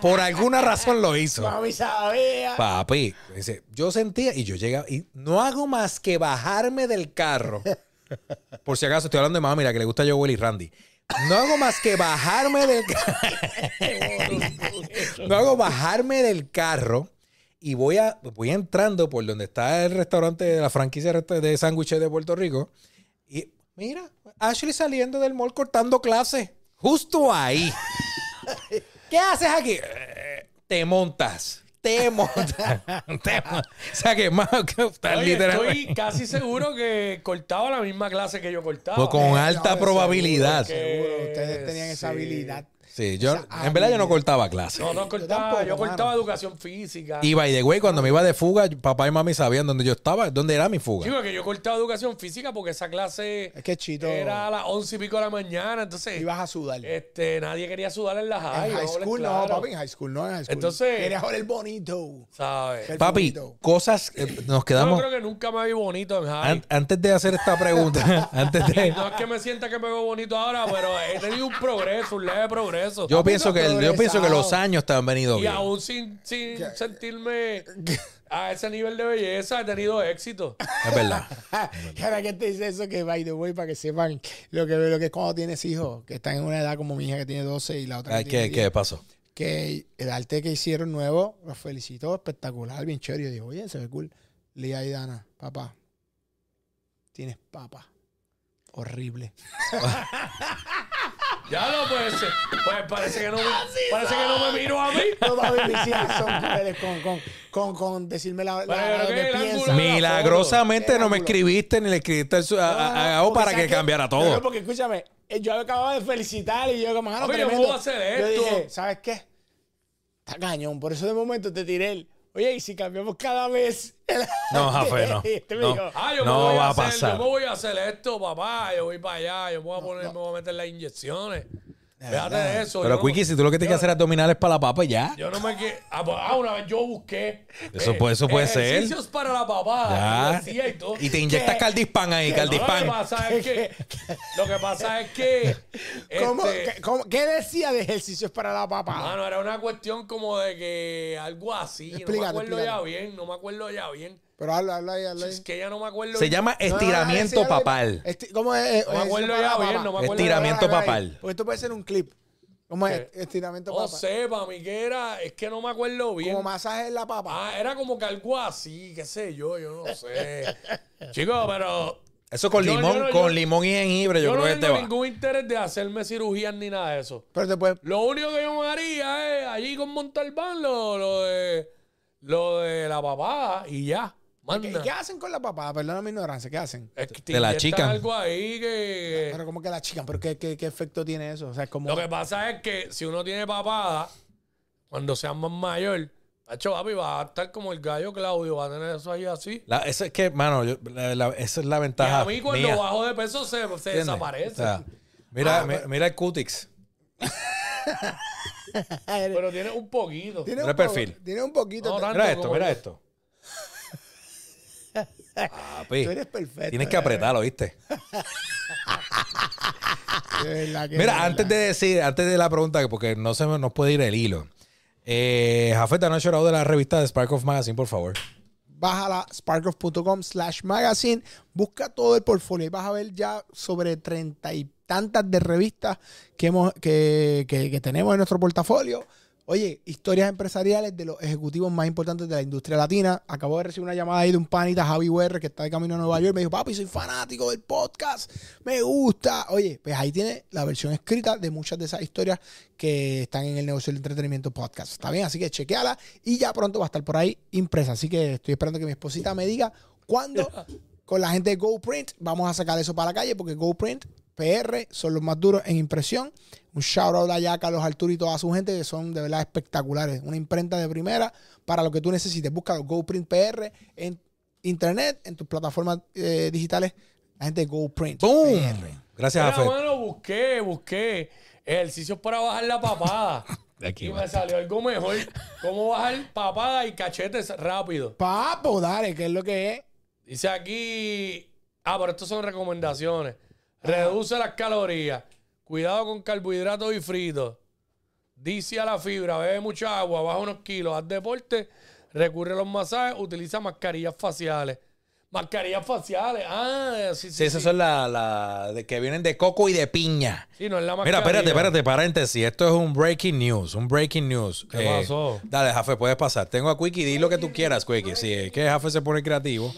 S3: Por alguna razón lo hizo.
S2: Mami ah. sabía.
S3: Papi, me dice, yo sentía y yo llegaba y no hago más que bajarme del carro. Por si acaso estoy hablando de mami, la que le gusta yo, Willy Randy. No hago más que bajarme del carro. No hago bajarme del carro y voy, a, voy entrando por donde está el restaurante de la franquicia de resta- de sándwiches de Puerto Rico. Y mira, Ashley saliendo del mall cortando clases. Justo ahí. ¿Qué haces aquí? Eh, Te montas. Te montas. Te mon- O sea que más que tan
S1: Oye,
S3: literalmente.
S1: estoy casi seguro que cortaba la misma clase que yo cortaba.
S3: Pues con
S2: No,
S3: alta
S2: de
S3: probabilidad.
S1: seguro
S2: Seguro, ustedes tenían esa
S1: Sí.
S2: habilidad.
S3: Sí, yo,
S2: esa
S3: en verdad yo no
S1: ah,
S2: habilidad.
S3: cortaba clases.
S1: No, no cortaba, yo,
S2: tampoco,
S1: cortaba
S2: mano.
S1: educación física.
S3: Y by the way, cuando me iba de fuga, papá y mami sabían dónde yo estaba, dónde era mi fuga.
S1: Sí, porque yo cortaba educación física porque esa clase
S2: Es que Chito-
S1: era a las once y pico de la mañana. Entonces,
S2: Ibas a sudar.
S1: este, nadie quería sudar en la high.
S2: en high
S1: vamos a hablar
S2: school no,
S1: claro.
S2: papi, en high school no, en high school.
S1: Entonces-
S2: Querías oler bonito.
S1: ¿Sabes?
S2: El
S3: Papi,
S2: bonito.
S3: cosas. eh, nos
S1: Yo no
S3: quedamos.
S1: creo que nunca me vi bonito en high.
S3: an- antes de hacer esta pregunta, antes de.
S1: No es que me sienta que me veo bonito ahora, pero he tenido un progreso, un leve progreso.
S3: Yo
S2: Papi,
S3: pienso
S2: no
S3: que, el- yo pienso que los
S2: progresado.
S3: años te han venido
S1: y
S3: bien.
S1: aún sin, sin sentirme a ese nivel de belleza, he tenido éxito.
S3: Es verdad.
S2: Ahora que te dice eso, que by the way, para que sepan lo que, lo que es cuando tienes hijos, que están en una edad como mi hija que tiene 12 y la otra.
S3: Ay,
S2: que
S3: ¿Qué,
S2: tiene
S3: ¿Qué pasó?
S2: 10, que el arte que hicieron nuevo, los felicito, espectacular, bien chévere. Yo digo, oye, se ve cool. Lía y Dana, papá, tienes papa. Horrible.
S1: Ya lo pues, eh, pues parece que no, parece que no me miro a mí.
S2: No, papi, mis hijas son crueles con, con, con, con decirme la,
S1: Pero
S2: la,
S1: yo
S2: lo
S1: creo que
S2: que
S1: el
S2: piensa.
S1: ángulo-
S3: Milagrosamente no me escribiste ni le escribiste al su- a,
S2: No, no,
S3: a- a Gao
S2: porque
S3: para
S2: ¿sabes
S3: que
S2: qué?
S3: cambiara
S2: No, no,
S3: todo.
S2: porque escúchame, eh, yo acababa de felicitar y yo como, mano,
S1: Papi, yo
S2: tremendo.
S1: puedo hacer
S2: Yo
S1: esto.
S2: dije, ¿sabes qué? Está cañón, por eso de momento te tiré el, Oye, y si cambiamos cada vez. el-
S3: No, Jafé, no.
S2: Este me
S3: No.
S2: dijo,
S1: Ah, yo
S3: No
S1: me voy
S3: va
S1: a,
S3: a
S1: hacer,
S3: pasar.
S1: Yo me voy a hacer esto, papá. Yo voy para allá. Yo me voy a poner, me voy a meter las inyecciones. Fíjate de eso. yo
S3: Pero,
S1: no-
S3: Quickie, si tú lo que tienes que hacer es abdominales para la papa, ya.
S1: Yo no me quiero. Ah, pues, ah, una vez yo busqué. eh,
S3: Eso puede- eso puede ser.
S1: Ejercicios para la papá.
S3: Ya.
S1: Y, hacía y todo.
S3: Y te inyectas
S1: Que-
S3: caldispan ahí,
S1: que no, Lo que
S3: caldispan.
S1: pasa es que. lo que pasa es que.
S2: ¿cómo-
S1: este,
S2: qué, cómo- qué decía de ejercicios para la papá?
S1: Mano, era una cuestión como de que algo así. no me
S2: Explícate,
S1: acuerdo ya
S2: explícate.
S1: bien, no me acuerdo ya bien.
S2: Pero habla, habla ahí, habla ahí.
S1: Es que ya no me acuerdo.
S3: Se
S1: bien.
S3: llama estiramiento
S2: Ah, sí, habla ahí.
S3: papal.
S2: Esti- ¿Cómo es? Eh,
S1: No me acuerdo
S2: ejercicio para
S1: ya
S2: la
S1: bien,
S2: papa.
S1: no me acuerdo.
S3: Estiramiento
S2: Habla, habla ahí.
S3: papal.
S2: Porque esto puede ser un clip. ¿Cómo es?
S1: ¿Qué?
S2: Estiramiento
S1: No
S2: papal.
S1: sé, para mí que era. Es que no me acuerdo Oh, bien.
S2: Como masaje en la papa.
S1: Ah, era como que algo así, qué sé yo, yo no sé. Chicos, pero
S3: Eso con
S1: Yo- yo
S3: limón,
S1: no- yo-
S3: con limón y jengibre, yo,
S1: yo, no
S3: creo que te
S1: tengo
S3: va.
S1: ningún interés de hacerme cirugías ni nada de eso.
S2: Pero te puedes.
S1: Lo único que yo me haría es allí con Montalbán lo, lo de lo de la papá y ya.
S2: ¿Qué,
S1: Manda.
S2: qué hacen con la papá? Perdona mi ignorancia, ¿qué hacen?
S1: Es que
S3: Te la
S1: inyectan
S3: achican.
S1: algo ahí que
S2: Pero como que la chican, pero qué, qué, qué efecto tiene eso? O sea, es como
S1: lo que pasa es que si uno tiene papada cuando sea más mayor, tacho, papi va a estar como el gallo Claudio, va a tener eso ahí así.
S3: La- eso es que, mano, yo- la- la- esa es la
S1: Y
S3: ventaja.
S1: a mí cuando
S3: mía,
S1: bajo de peso se, se
S3: ¿entiendes?
S1: desaparece. pues,
S3: O sea, mira,
S2: Ah,
S3: mi-
S2: pero-
S3: mira el cutix.
S1: Pero tiene un poquito.
S2: tiene
S3: Mira
S2: un
S3: el perfil.
S2: po- Tiene un poquito.
S1: No,
S2: te-
S1: tanto
S3: Mira esto,
S1: como
S3: mira
S1: yo.
S3: esto. Papi,
S2: tú eres perfecto.
S3: tienes que apretarlo,
S1: eh.
S3: ¿viste?
S2: de verdad que-
S3: Mira, antes de decir, antes de la pregunta, porque no se me- nos puede ir el hilo. Eh, Jafet, no ha llorado de la revista de Spark of Magazine, por favor.
S2: Bájala sparkoff.com slash magazine. Busca todo el portfolio y vas a ver ya sobre treinta y tantas de revistas que, hemos, que, que- que tenemos en nuestro portafolio. Oye, historias empresariales de los ejecutivos más importantes de la industria latina. Acabo de recibir una llamada ahí de un panita, Javi UR, que está de camino a Nueva York. Me dijo, papi, soy fanático del podcast. Me gusta. Oye, pues ahí tiene la versión escrita de muchas de esas historias que están en el negocio del entretenimiento podcast. Está bien, así que chequeala y ya pronto va a estar por ahí impresa. Así que estoy esperando que mi esposita me diga cuándo con la gente de GoPrint vamos a sacar eso para la calle porque GoPrint PR son los más duros en impresión. Un shout out allá a Carlos Arturo y toda su gente que son de verdad espectaculares. Una imprenta de primera para lo que tú necesites. Busca los GoPrint PR en internet, en tus plataformas eh, digitales. La gente de GoPrint.
S3: ¡Boom!
S2: PR.
S3: Gracias,
S1: Mira,
S3: Jafet.
S1: mano, busqué, busqué ejercicios para bajar la papada.
S3: De aquí,
S1: y me
S3: basta.
S1: salió algo mejor. ¿Cómo bajar papada y cachetes rápido?
S2: Papo, dale, que es lo que es.
S1: Dice aquí. Ah, pero estas son recomendaciones.
S3: Ah.
S1: Reduce las calorías. Cuidado con carbohidratos y fritos. Dice a la fibra, bebe mucha agua, baja unos kilos, haz deporte, recurre a los masajes, utiliza mascarillas faciales. Mascarillas faciales. Ah, sí, sí.
S3: Sí, esas son las la de que vienen de coco y de piña.
S1: Sí, no es la
S3: Mira,
S1: mascarilla.
S3: espérate, espérate, paréntesis. Esto es un breaking news, un breaking news. Eh,
S1: ¿Qué pasó?
S3: Dale, Jafe, puedes pasar. Tengo a Quickie, di lo que tú quieras, Quickie. Si es que Jafe se pone creativo.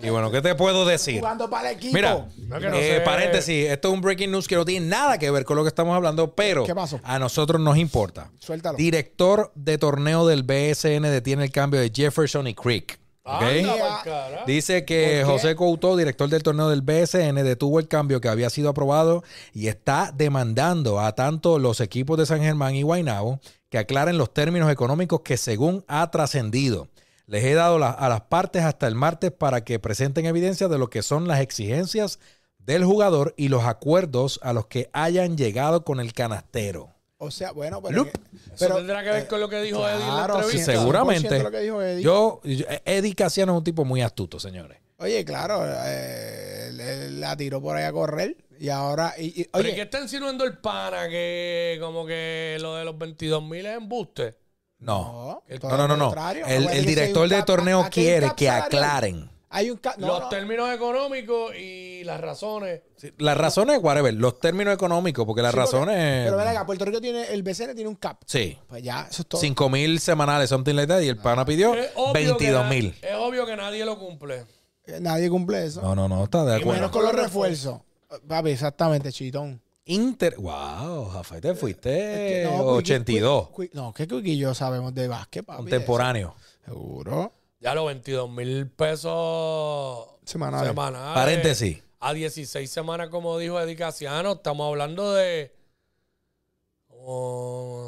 S3: Y bueno, ¿qué te puedo decir?
S2: Jugando para el equipo.
S3: Mira,
S1: No, que no
S3: eh,
S1: sé.
S3: paréntesis, esto es un breaking news que no tiene nada que ver con lo que estamos hablando, pero
S2: ¿Qué pasó?
S3: a nosotros nos importa.
S2: Suéltalo.
S3: Director de torneo del BSN detiene el cambio de Jefferson y Creek. ¿ok?
S1: Anda pa'l carajo.
S3: Dice que
S2: ¿Por qué?
S3: José Couto, director del torneo del BSN, detuvo el cambio que había sido aprobado y está demandando a tanto los equipos de San Germán y Guaynabo que aclaren los términos económicos que según ha trascendido. Les he dado la- a las partes hasta el martes para que presenten evidencia de lo que son las exigencias del jugador y los acuerdos a los que hayan llegado con el canastero.
S2: O sea, bueno, pero.
S3: Loop.
S2: que-
S1: Eso
S2: pero eh,
S1: tendrá que ver con lo que dijo Eddie en la
S2: claro,
S1: entrevista.
S2: sí, seguro.
S3: Seguramente.
S2: 100% lo que dijo Eddie.
S3: Yo, yo- Eddie Casiano es un tipo muy astuto, señores.
S2: Oye, claro, eh, le- la tiró por ahí a correr y ahora. Y, y-
S1: Pero ¿y qué
S2: oye,
S1: está insinuando el pana? Que como que lo de los 22 mil es embuste.
S3: No. Eh,
S2: No,
S3: No, no, no. no.
S2: contrario.
S3: El,
S2: Acuérdate
S3: el
S2: que
S3: director
S2: si hay
S3: de
S2: un
S3: torneo
S2: cap- aquí hay un
S3: quiere
S2: cap
S3: que
S2: salarial.
S3: aclaren.
S2: hay un. ca- no,
S1: los
S2: no.
S1: términos económicos y las razones.
S3: Las razones, whatever. Los términos económicos, porque las
S2: Sí, porque-
S3: razones.
S2: Pero ven acá, Puerto Rico tiene. El BCN tiene un cap.
S3: Sí.
S2: Pues ya, eso es todo.
S3: 5 mil semanales, something like that. Y el
S2: Ah.
S3: pana pidió
S1: Es obvio que
S3: 22
S1: na-
S3: mil.
S1: Es obvio que nadie lo cumple.
S2: Eh, Nadie cumple eso.
S3: No, no, no, está de
S2: y menos
S3: acuerdo.
S2: con los refuerzos. Eh, Papi, exactamente, chitón.
S3: Inter. Wow, Jafé, te fuiste
S2: Es que no, pues, Quickie-
S3: 82.
S2: Qui- Qui- No, que Quiqui y yo sabemos de básquet, papi. de eso.
S3: Contemporáneo.
S2: Seguro.
S1: Ya los 22 mil pesos
S2: Semanales.
S1: semanales.
S3: Paréntesis.
S1: A 16 semanas, como dijo Eddie Casiano, estamos hablando de como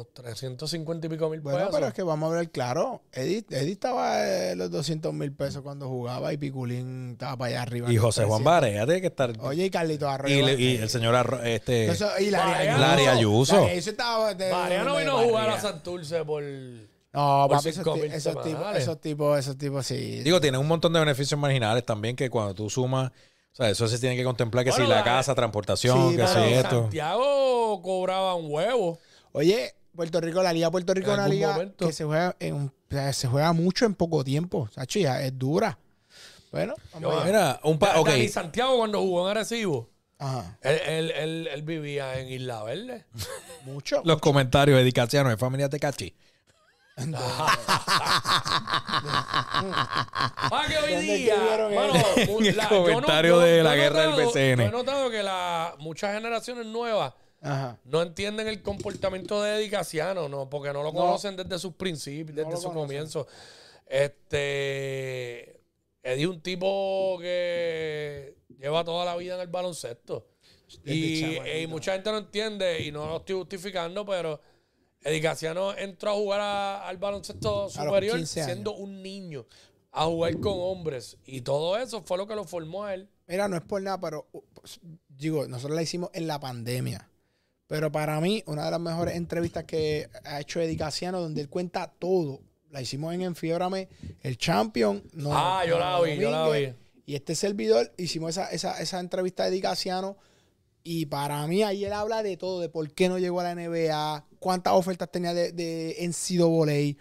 S1: como 350 y pico mil
S2: Bueno,
S1: pesos.
S2: pero es que vamos a hablar claro. Eddie, Eddie estaba eh, los 200 mil pesos cuando jugaba y Piculín estaba para allá arriba.
S3: Y José Juan Barea tiene que estar.
S2: Oye, y Carlito Arroyo.
S3: y, le- y el señor Arro- este,
S2: Eso- y Larry
S1: Barea.
S2: Ayuso.
S3: Larry Ayuso.
S2: Larry estaba de-
S1: Mariano
S2: de
S1: vino a jugar
S2: barriga.
S1: a Santurce por...
S2: No,
S1: por
S2: papi, esos,
S1: cinco
S2: ti-
S1: mil
S2: esos tipos,
S1: semanales.
S2: esos tipos, esos tipos, sí.
S3: Digo, tiene un montón de beneficios marginales también que cuando tú sumas, o sea, eso se tiene que contemplar que
S1: Bueno,
S3: si la
S1: la-
S3: casa, transportación,
S2: eh, Sí,
S3: que
S2: pero
S3: si
S1: Pero
S3: esto.
S1: Santiago cobraba un huevo.
S2: Oye, Puerto Rico, la Liga Puerto Rico
S1: En
S2: es una
S1: algún
S2: liga
S1: momento.
S2: que se juega, en, un- o sea, se juega mucho en poco tiempo. Sacho, ya es dura. Bueno,
S1: Yo-
S2: vamos allá.
S3: Mira, un pa Ah, ok.
S1: Y Santiago cuando jugó en Arecibo,
S2: Ajá.
S1: él, él, él, él vivía en Isla Verde.
S2: Mucho.
S3: Los comentarios de Dicasiano de familia Tecachi.
S1: Ah, que hoy
S2: ¿Dónde
S1: día.
S2: escribieron
S1: mano,
S2: eso?
S1: mu-
S3: En el
S1: la-
S3: comentario de la
S1: he
S3: guerra del
S1: notado-
S3: BCN.
S1: Yo he notado que la, muchas generaciones nuevas
S2: Ajá.
S1: no entienden el comportamiento de Eddie Casiano, no, porque no lo conocen desde sus principios, desde
S2: lo
S1: su
S2: conocen.
S1: comienzo. Este. Eddie es un tipo que lleva toda la vida en el baloncesto.
S2: Desde
S1: Y,
S2: chamaquito.
S1: y mucha gente no entiende, y no lo estoy justificando, pero Eddie Casiano entró a jugar a- al baloncesto superior
S2: 15 años.
S1: siendo un niño, a jugar con hombres. Y todo eso fue lo que lo formó a él.
S2: Mira, no es por nada, pero uh, pues, digo, nosotros la hicimos en la pandemia. Pero para mí, una de las mejores entrevistas que ha hecho Eddie Casiano, donde él cuenta todo, la hicimos en Enfiebrame, el Champion. no-
S1: Ah, yo la
S2: no
S1: vi, yo la
S2: Domínguez, Y este servidor, hicimos esa, esa, esa entrevista de Eddie Casiano. Y para mí, ahí él habla de todo, de por qué no llegó a la NBA, cuántas ofertas tenía de, de NCAA,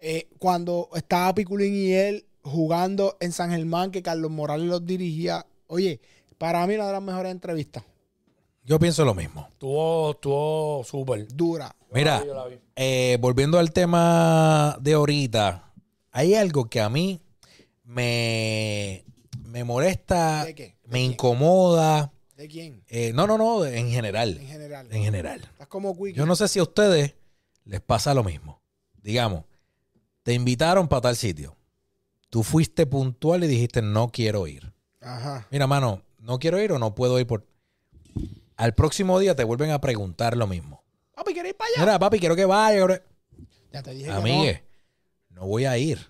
S2: eh, cuando estaba Piculín y él jugando en San Germán, que Carlos Morales los dirigía. Oye, para mí una de las mejores entrevistas.
S3: Yo pienso lo mismo.
S1: Estuvo, estuvo súper.
S2: Dura.
S3: Mira,
S1: Yo la vi.
S3: eh, volviendo al tema de ahorita, hay algo que a mí me, me molesta,
S2: ¿De qué?
S3: me incomoda.
S2: ¿De quién?
S3: eh, no, no, no, de- en
S2: En
S3: general.
S2: general.
S3: En general.
S2: Estás como Quick.
S3: Yo no sé si a ustedes les pasa lo mismo. Digamos, te invitaron para tal sitio. Tú fuiste puntual y dijiste, no quiero ir.
S2: Ajá.
S3: Mira, mano, no quiero ir o no puedo ir por... Al próximo día te vuelven a preguntar lo mismo.
S2: Papi, ¿quieres ir para allá?
S3: Mira, papi, quiero que vaya. bro.
S2: Ya te dije que
S3: Amigue, no voy a ir.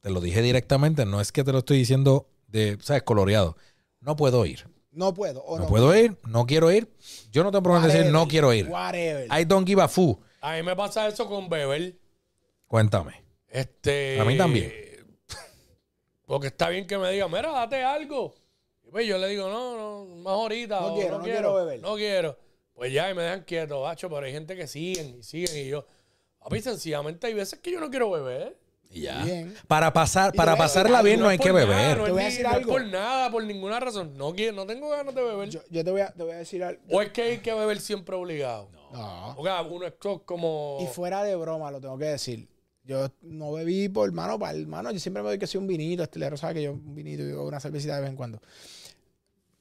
S3: Te lo dije directamente, no es que te lo estoy diciendo de, sabes, coloreado. No puedo ir.
S2: no. No puedo. O
S3: No,
S2: no,
S3: puedo ir, no quiero ir. Yo no tengo problema en decir
S2: Whatever.
S3: no quiero ir.
S2: Whatever.
S3: I don't give a fu.
S1: A mí me pasa eso con Beber.
S3: Cuéntame.
S1: Este,
S3: A mí también.
S1: Porque está bien que me diga, mira, date algo. Y pues yo le digo, no, no, más ahorita. o
S2: No quiero, no quiero beber.
S1: No quiero. Pues ya, y me dejan quieto, bacho, pero hay gente que siguen y siguen. Y yo, a mí sencillamente hay veces que yo no quiero beber.
S3: Y ya.
S2: Bien.
S3: Para, pasar, para
S2: voy a decir
S3: pasarla
S2: algo,
S3: bien no
S1: es
S3: hay
S1: por
S3: que
S1: nada,
S3: beber.
S1: no es
S2: Te voy a
S1: ni-
S2: decir
S1: no es
S2: algo.
S1: por nada, por ninguna razón. No quiero, no tengo ganas de beber.
S2: Yo, yo te, voy a, te voy a decir algo.
S1: o es que hay que beber siempre obligado.
S2: No.
S1: O sea, uno es co- como...
S2: Y fuera de broma, lo tengo que decir. Yo no bebí por mano para hermano. Yo siempre me doy que soy un vinito. Este lero sabe que yo un vinito y una cervecita de vez en cuando.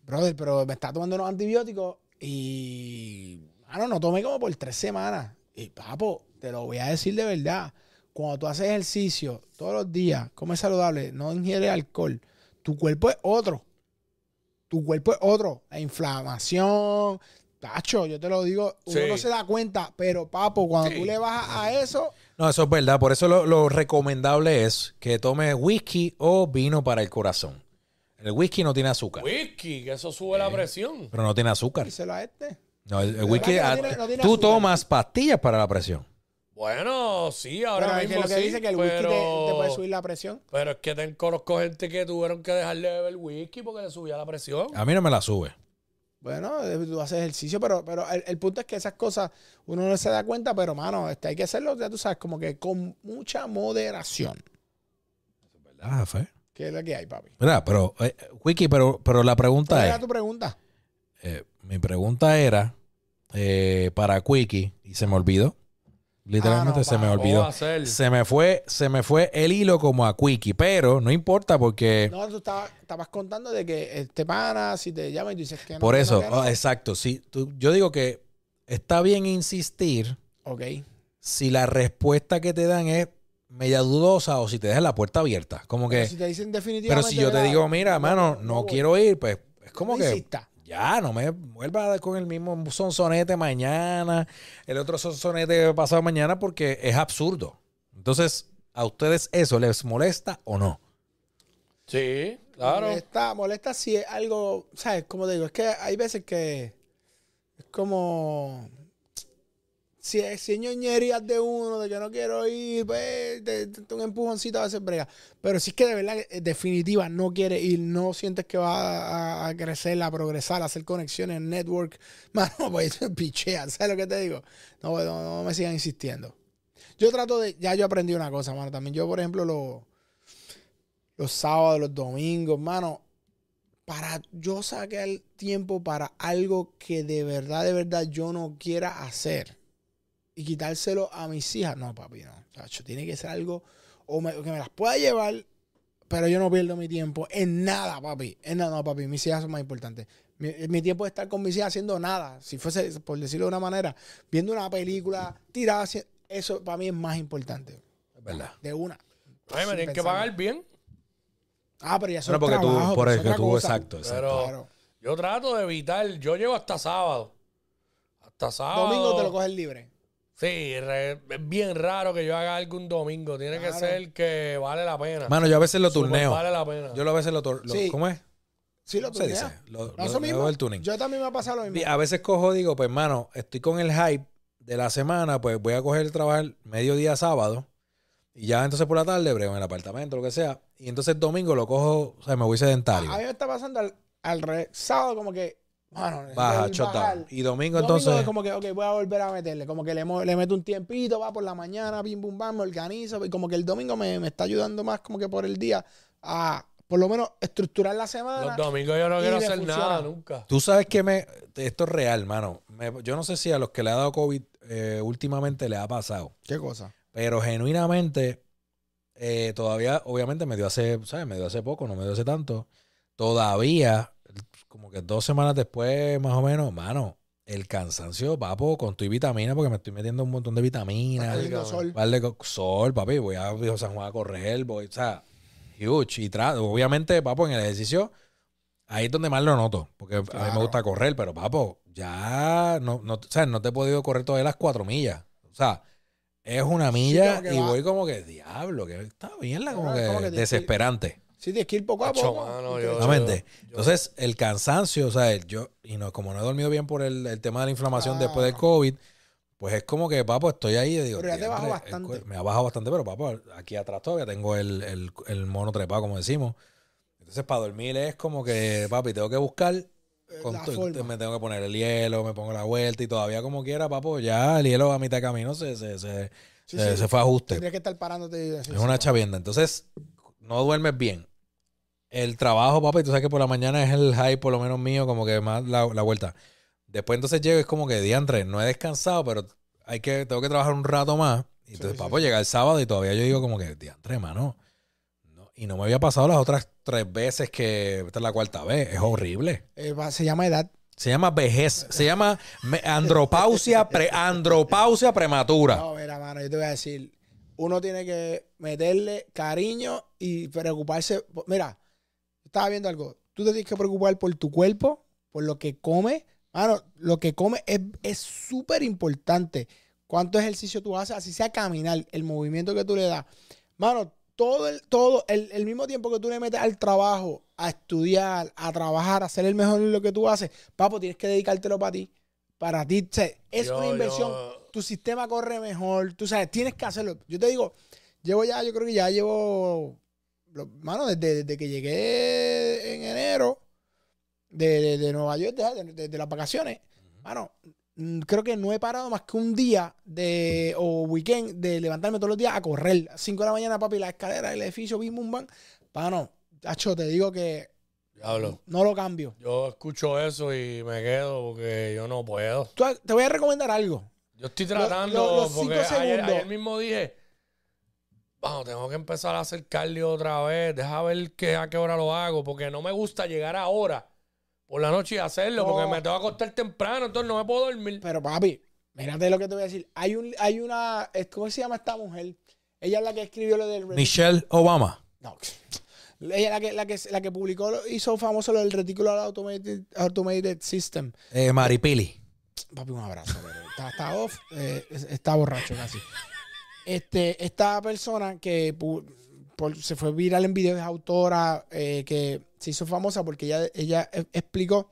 S2: Brother, pero me está tomando unos antibióticos y. Mano, no tomé como por tres semanas. Y papo, te lo voy a decir de verdad. Cuando tú haces ejercicio todos los días, comes saludable, no ingieres alcohol, tu cuerpo es otro. Tu cuerpo es otro. La inflamación. Tacho, yo te lo digo, uno
S1: Sí.
S2: no se da cuenta, pero papo, cuando
S1: Sí.
S2: tú le bajas a eso,
S3: No, eso es verdad. Por eso lo, lo recomendable es que tome whisky o vino para el corazón. El whisky no tiene azúcar.
S1: Whisky, que eso sube la presión.
S3: Pero no tiene azúcar.
S2: díselo a este.
S3: No, el, el
S2: ¿Verdad
S3: whisky,
S2: que no
S3: ah,
S2: tiene- no tiene
S3: tú
S2: azúcar?
S3: tomas pastillas para la presión.
S1: Bueno, sí, ahora
S2: Pero es que
S1: mismo
S2: lo que
S1: sí,
S2: dice que el whisky te-
S1: pero-
S2: te, puede subir la presión.
S1: Pero es que te conozco gente que tuvieron que dejarle de beber whisky porque le subía la presión.
S3: A mí no me la sube.
S2: Bueno, eh, tú haces ejercicio, pero, pero el, el punto es que esas cosas uno no se da cuenta, pero mano, este, hay que hacerlo, ya tú sabes, como que con mucha moderación.
S3: ¿Verdad, Fe?
S2: Que es lo que hay, papi.
S3: ¿Verdad? Pero, eh, whisky, pero, pero la
S2: ¿Cuál
S3: pregunta
S2: era
S3: es...
S2: tu pregunta?
S3: eh, mi pregunta era eh, para Quickie y se me olvidó. Literalmente
S2: Ah, no,
S3: se me
S2: va,
S1: ¿Cómo va
S3: olvidó.
S1: a ser?
S3: Se me fue, se me fue el hilo como a Quickie, pero no importa porque
S2: No, tú estabas, estabas contando de que eh, te panas si te llaman y tú dices que no.
S3: por
S2: que no,
S3: eso,
S2: que no.
S3: ah, exacto. Sí, tú- yo digo que está bien insistir
S2: Ok.
S3: si la respuesta que te dan es media dudosa o si te dejan la puerta abierta. Como
S2: Pero
S3: que,
S2: si te dicen definitivamente.
S3: pero si yo te
S2: mira,
S3: digo, mira, mano,
S2: no
S3: no
S2: voy".
S3: quiero ir, pues es como
S2: No
S3: que
S2: insista.
S3: Ya, no me vuelva a dar con el mismo sonsonete mañana, el otro sonsonete pasado mañana, porque es absurdo. Entonces, ¿a ustedes eso les molesta o no?
S1: Sí, claro.
S2: Molesta, molesta si es algo, ¿sabes? Como te digo, es que hay veces que es como... Si es si es ñoñerías de uno, de que no quiero ir, pues, de- de- de un empujoncito a veces brega. Pero si es que de verdad, en definitiva, no quiere ir, no sientes que va a, a crecer, a progresar, a hacer conexiones, network, mano, pues pichea, ¿sabes lo que te digo? No, no, no me sigan insistiendo. Yo trato de, ya yo aprendí una cosa, mano, también yo, por ejemplo, lo los sábados, los domingos, mano. Para yo sacar el tiempo para algo que de verdad, de verdad yo no quiera hacer y quitárselo a mis hijas. No, papi, no. Chacho, tiene que ser algo o me- que me las pueda llevar, pero yo no pierdo mi tiempo en nada, papi. En nada, no, papi. Mis hijas son más importantes. Mi, eh, mi tiempo de estar con mis hijas haciendo nada. Si fuese, por decirlo de una manera, viendo una película, tirada, hacia- eso para mí es más importante.
S3: Es verdad.
S2: De una.
S1: Ay, me
S2: Sin
S1: tienen que
S2: pensarlo.
S1: pagar bien.
S2: Ah, pero ya son
S3: No, porque tú, por el que tú, exacto, exacto.
S1: Pero
S2: Claro.
S1: yo trato de evitar. Yo llego hasta sábado. Hasta sábado.
S2: Domingo te lo coges libre.
S1: Sí, re- es bien raro que yo haga algo un domingo. Tiene que
S2: Claro.
S1: ser que vale la pena.
S3: Mano, yo a veces lo
S1: Súper
S3: turneo.
S1: Vale la pena.
S3: Yo lo- a veces lo turneo.
S2: Sí.
S3: ¿Cómo es?
S2: Sí, lo
S3: ¿Cómo se
S2: tuneas.
S3: dice? Lo-
S2: No,
S3: lo-
S2: eso
S3: lo
S2: mismo.
S3: hago el tuning.
S2: Yo también me ha pasado lo
S3: Y
S2: mismo.
S3: a veces cojo, digo, pues, mano, estoy con el hype de la semana, pues voy a coger el trabajo mediodía sábado. Y ya entonces por la tarde brego en el apartamento, lo que sea. Y entonces el domingo lo cojo, o sea, me voy sedentario.
S2: A mí me está pasando al, al revés. Sábado como que, bueno,
S3: Baja,
S2: el
S3: shutdown.
S2: bajar.
S3: Y domingo,
S2: Domingo
S3: entonces.
S2: es como que, ok, voy a volver a meterle. Como que le, mo- le meto un tiempito, va por la mañana, pim, pum, bam, me organizo. Y como que el domingo me, me está ayudando más como que por el día a, por lo menos, estructurar la semana.
S1: Los domingos yo no
S2: Y
S1: quiero
S2: le
S1: hacer
S2: funciona.
S1: nada nunca.
S3: Tú sabes que me. Esto es real, mano. Me- yo no sé si a los que le ha dado COVID eh, últimamente les ha pasado.
S2: ¿Qué cosa?
S3: Pero genuinamente, eh, todavía, obviamente me dio hace, ¿sabes? Me dio hace poco, no me dio hace tanto. Todavía, como que dos semanas después, más o menos, mano, el cansancio, papo, con tu vitamina, porque me estoy metiendo un montón de vitaminas.
S2: Está haciendo
S1: cabrón.
S2: sol.
S3: Vale, sol, papi, voy a Viejo San Juan a correr, voy, o sea, huge. Y trato, obviamente, papo, en el ejercicio, ahí es donde más lo noto, porque a mí me
S2: Claro.
S3: gusta correr, pero papo, ya, no, no, o sea, no te he podido correr todavía las cuatro millas. O sea, es una milla
S2: como que
S3: y
S2: va.
S3: voy como que, diablo, que está bien, la como
S2: Pero es
S3: que
S2: como que tienes que ir-
S3: desesperante.
S2: Sí, tienes que ir poco a
S1: Acho,
S2: poco.
S1: mano, yo-
S3: Exactamente. Entonces, el cansancio, o sea, el- yo, y no, como no he dormido bien por el, el tema de la inflamación
S2: Ah.
S3: después del COVID, pues es como que, papo, estoy ahí. y Digo,
S2: Pero ya te bajó
S3: "Diantre, el
S2: bastante".
S3: cuer- me ha bajado bastante, pero papo, aquí atrás todavía tengo el, el- el mono trepado, como decimos. Entonces, para dormir es como que, papi, tengo que buscar. con
S2: Eh, la
S3: tu-
S2: forma.
S3: me tengo que poner el hielo, me pongo la vuelta y todavía como quiera, papo, ya el hielo a mitad de camino se, se, se,
S2: Sí,
S3: se-
S2: sí.
S3: se fue a ajuste.
S2: Tendrías que estar parándote. y así,
S3: Es una chavienda. Entonces, no duermes bien. El trabajo, papi, tú sabes que por la mañana es el high, por lo menos mío, como que más la, la vuelta. Después entonces llego, y es como que diantre, no he descansado, pero hay que, tengo que trabajar un rato más. Y entonces,
S2: sí,
S3: papo, llega el sábado y todavía yo digo como que diantre, mano. No, y no me había pasado las otras tres veces que esta es la cuarta vez. Es horrible.
S2: Eh, va- se llama edad.
S3: Se llama vejez. Se llama me- andropausia, pre- andropausia prematura.
S2: No, mira, mano, yo te voy a decir, uno tiene que meterle cariño y preocuparse. por- Mira, estaba viendo algo. Tú te tienes que preocupar por tu cuerpo, por lo que comes. Mano, lo que comes es- es súper importante. Cuánto ejercicio tú haces, así sea caminar, el movimiento que tú le das. Mano, todo el, todo, el, el mismo tiempo que tú le metes al trabajo, a estudiar, a trabajar, a ser el mejor en lo que tú haces, papo, tienes que dedicártelo para ti. Para ti, o sea, es
S1: Yo-
S2: una inversión
S1: yo-
S2: tu sistema corre mejor, tú sabes, tienes que hacerlo. Yo te digo, llevo ya, yo creo que ya llevo, lo- mano, desde, desde que llegué en enero de, de- de Nueva York, de, de- de las vacaciones, mano, mm, creo que no he parado más que un día de, o weekend de levantarme todos los días a correr. 5 de la mañana, papi, la escalera, el edificio, bim, bum, bam. Mano, tacho, te digo que
S1: Diablo.
S2: no lo cambio.
S1: Yo escucho eso y me quedo porque yo no puedo.
S2: Tú- te voy a recomendar algo.
S1: Yo estoy tratando
S2: lo- los
S1: porque
S2: cinco
S1: ayer,
S2: segundos.
S1: ayer mismo dije, vamos, tengo que empezar a hacer cardio otra vez, deja ver que, a qué hora lo hago, porque no me gusta llegar ahora por la noche y hacerlo,
S2: No.
S1: porque me tengo que acostar temprano, entonces no me puedo dormir.
S2: Pero papi, mírate lo que te voy a decir. Hay un, hay una, es- ¿cómo se llama esta mujer? Ella es la que escribió lo del
S3: Michelle Obama.
S2: No, Ella, la que, la que, la que publicó, lo- hizo famoso lo del Reticular Automated, Automated System.
S3: Eh, Maripili.
S2: Papi, un abrazo. pero Está, está off, eh, es- está borracho casi. Este, esta persona que pu- por- se fue viral en videos es autora, eh, que se hizo famosa porque ella, ella e- explicó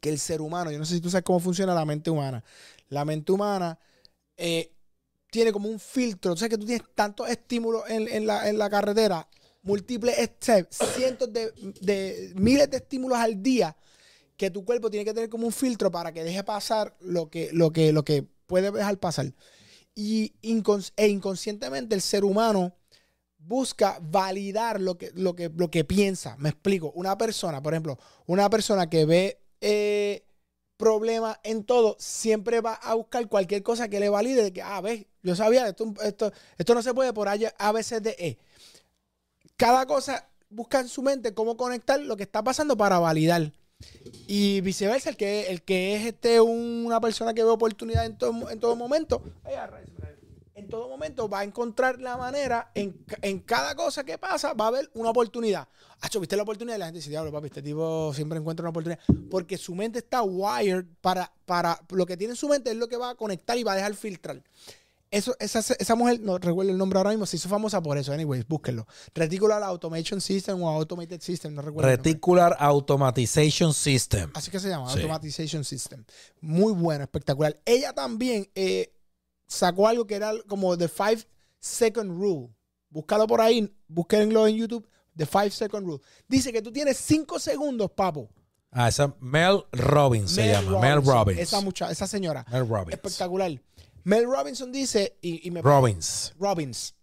S2: que el ser humano, yo no sé si tú sabes cómo funciona la mente humana, la mente humana eh, tiene como un filtro, tú sabes que tú tienes tantos estímulos en, en la, en la carretera, múltiples steps, cientos de, de miles de estímulos al día, que tu cuerpo tiene que tener como un filtro para que deje pasar lo que, lo que, lo que puede dejar pasar. Y incons- e inconscientemente el ser humano busca validar lo que, lo, que, lo que piensa. Me explico. Una persona, por ejemplo, una persona que ve eh, problemas en todo, siempre va a buscar cualquier cosa que le valide. De que, ah, ves, yo sabía, esto, esto, esto no se puede por allá, A, B, C, D, E. Cada cosa busca en su mente cómo conectar lo que está pasando para validar. Y viceversa, el que, el que es este un- una persona que ve oportunidad en todo, en todo momento, ay, a rayos, me caí. en todo momento va a encontrar la manera, en, ca- en cada cosa que pasa, va a haber una oportunidad. Acho, ¿viste la oportunidad? Y la gente dice, diablo, papi, este tipo siempre encuentra una oportunidad. Porque su mente está wired para, para lo que tiene en su mente es lo que va a conectar y va a dejar filtrar. Eso, esa, esa mujer, no recuerdo el nombre ahora mismo, se hizo famosa por eso. Anyways, búsquenlo. Reticular Automation System o Automated System, no recuerdo. el nombre.
S3: Reticular Automatization System.
S2: Así que se llama,
S3: Sí.
S2: Automatization System. Muy bueno, espectacular. Ella también eh, sacó algo que era como The Five Second Rule. Búscalo por ahí, búsquenlo en YouTube, The Five Second Rule. Dice que tú tienes cinco segundos, papo.
S3: Ah, esa Mel Robbins se
S2: Mel
S3: llama. Mel Robbins.
S2: Esa, mucha, esa señora.
S3: Mel Robbins.
S2: Espectacular. Mel Robinson dice, y, y me
S3: Robbins.
S2: Robbins.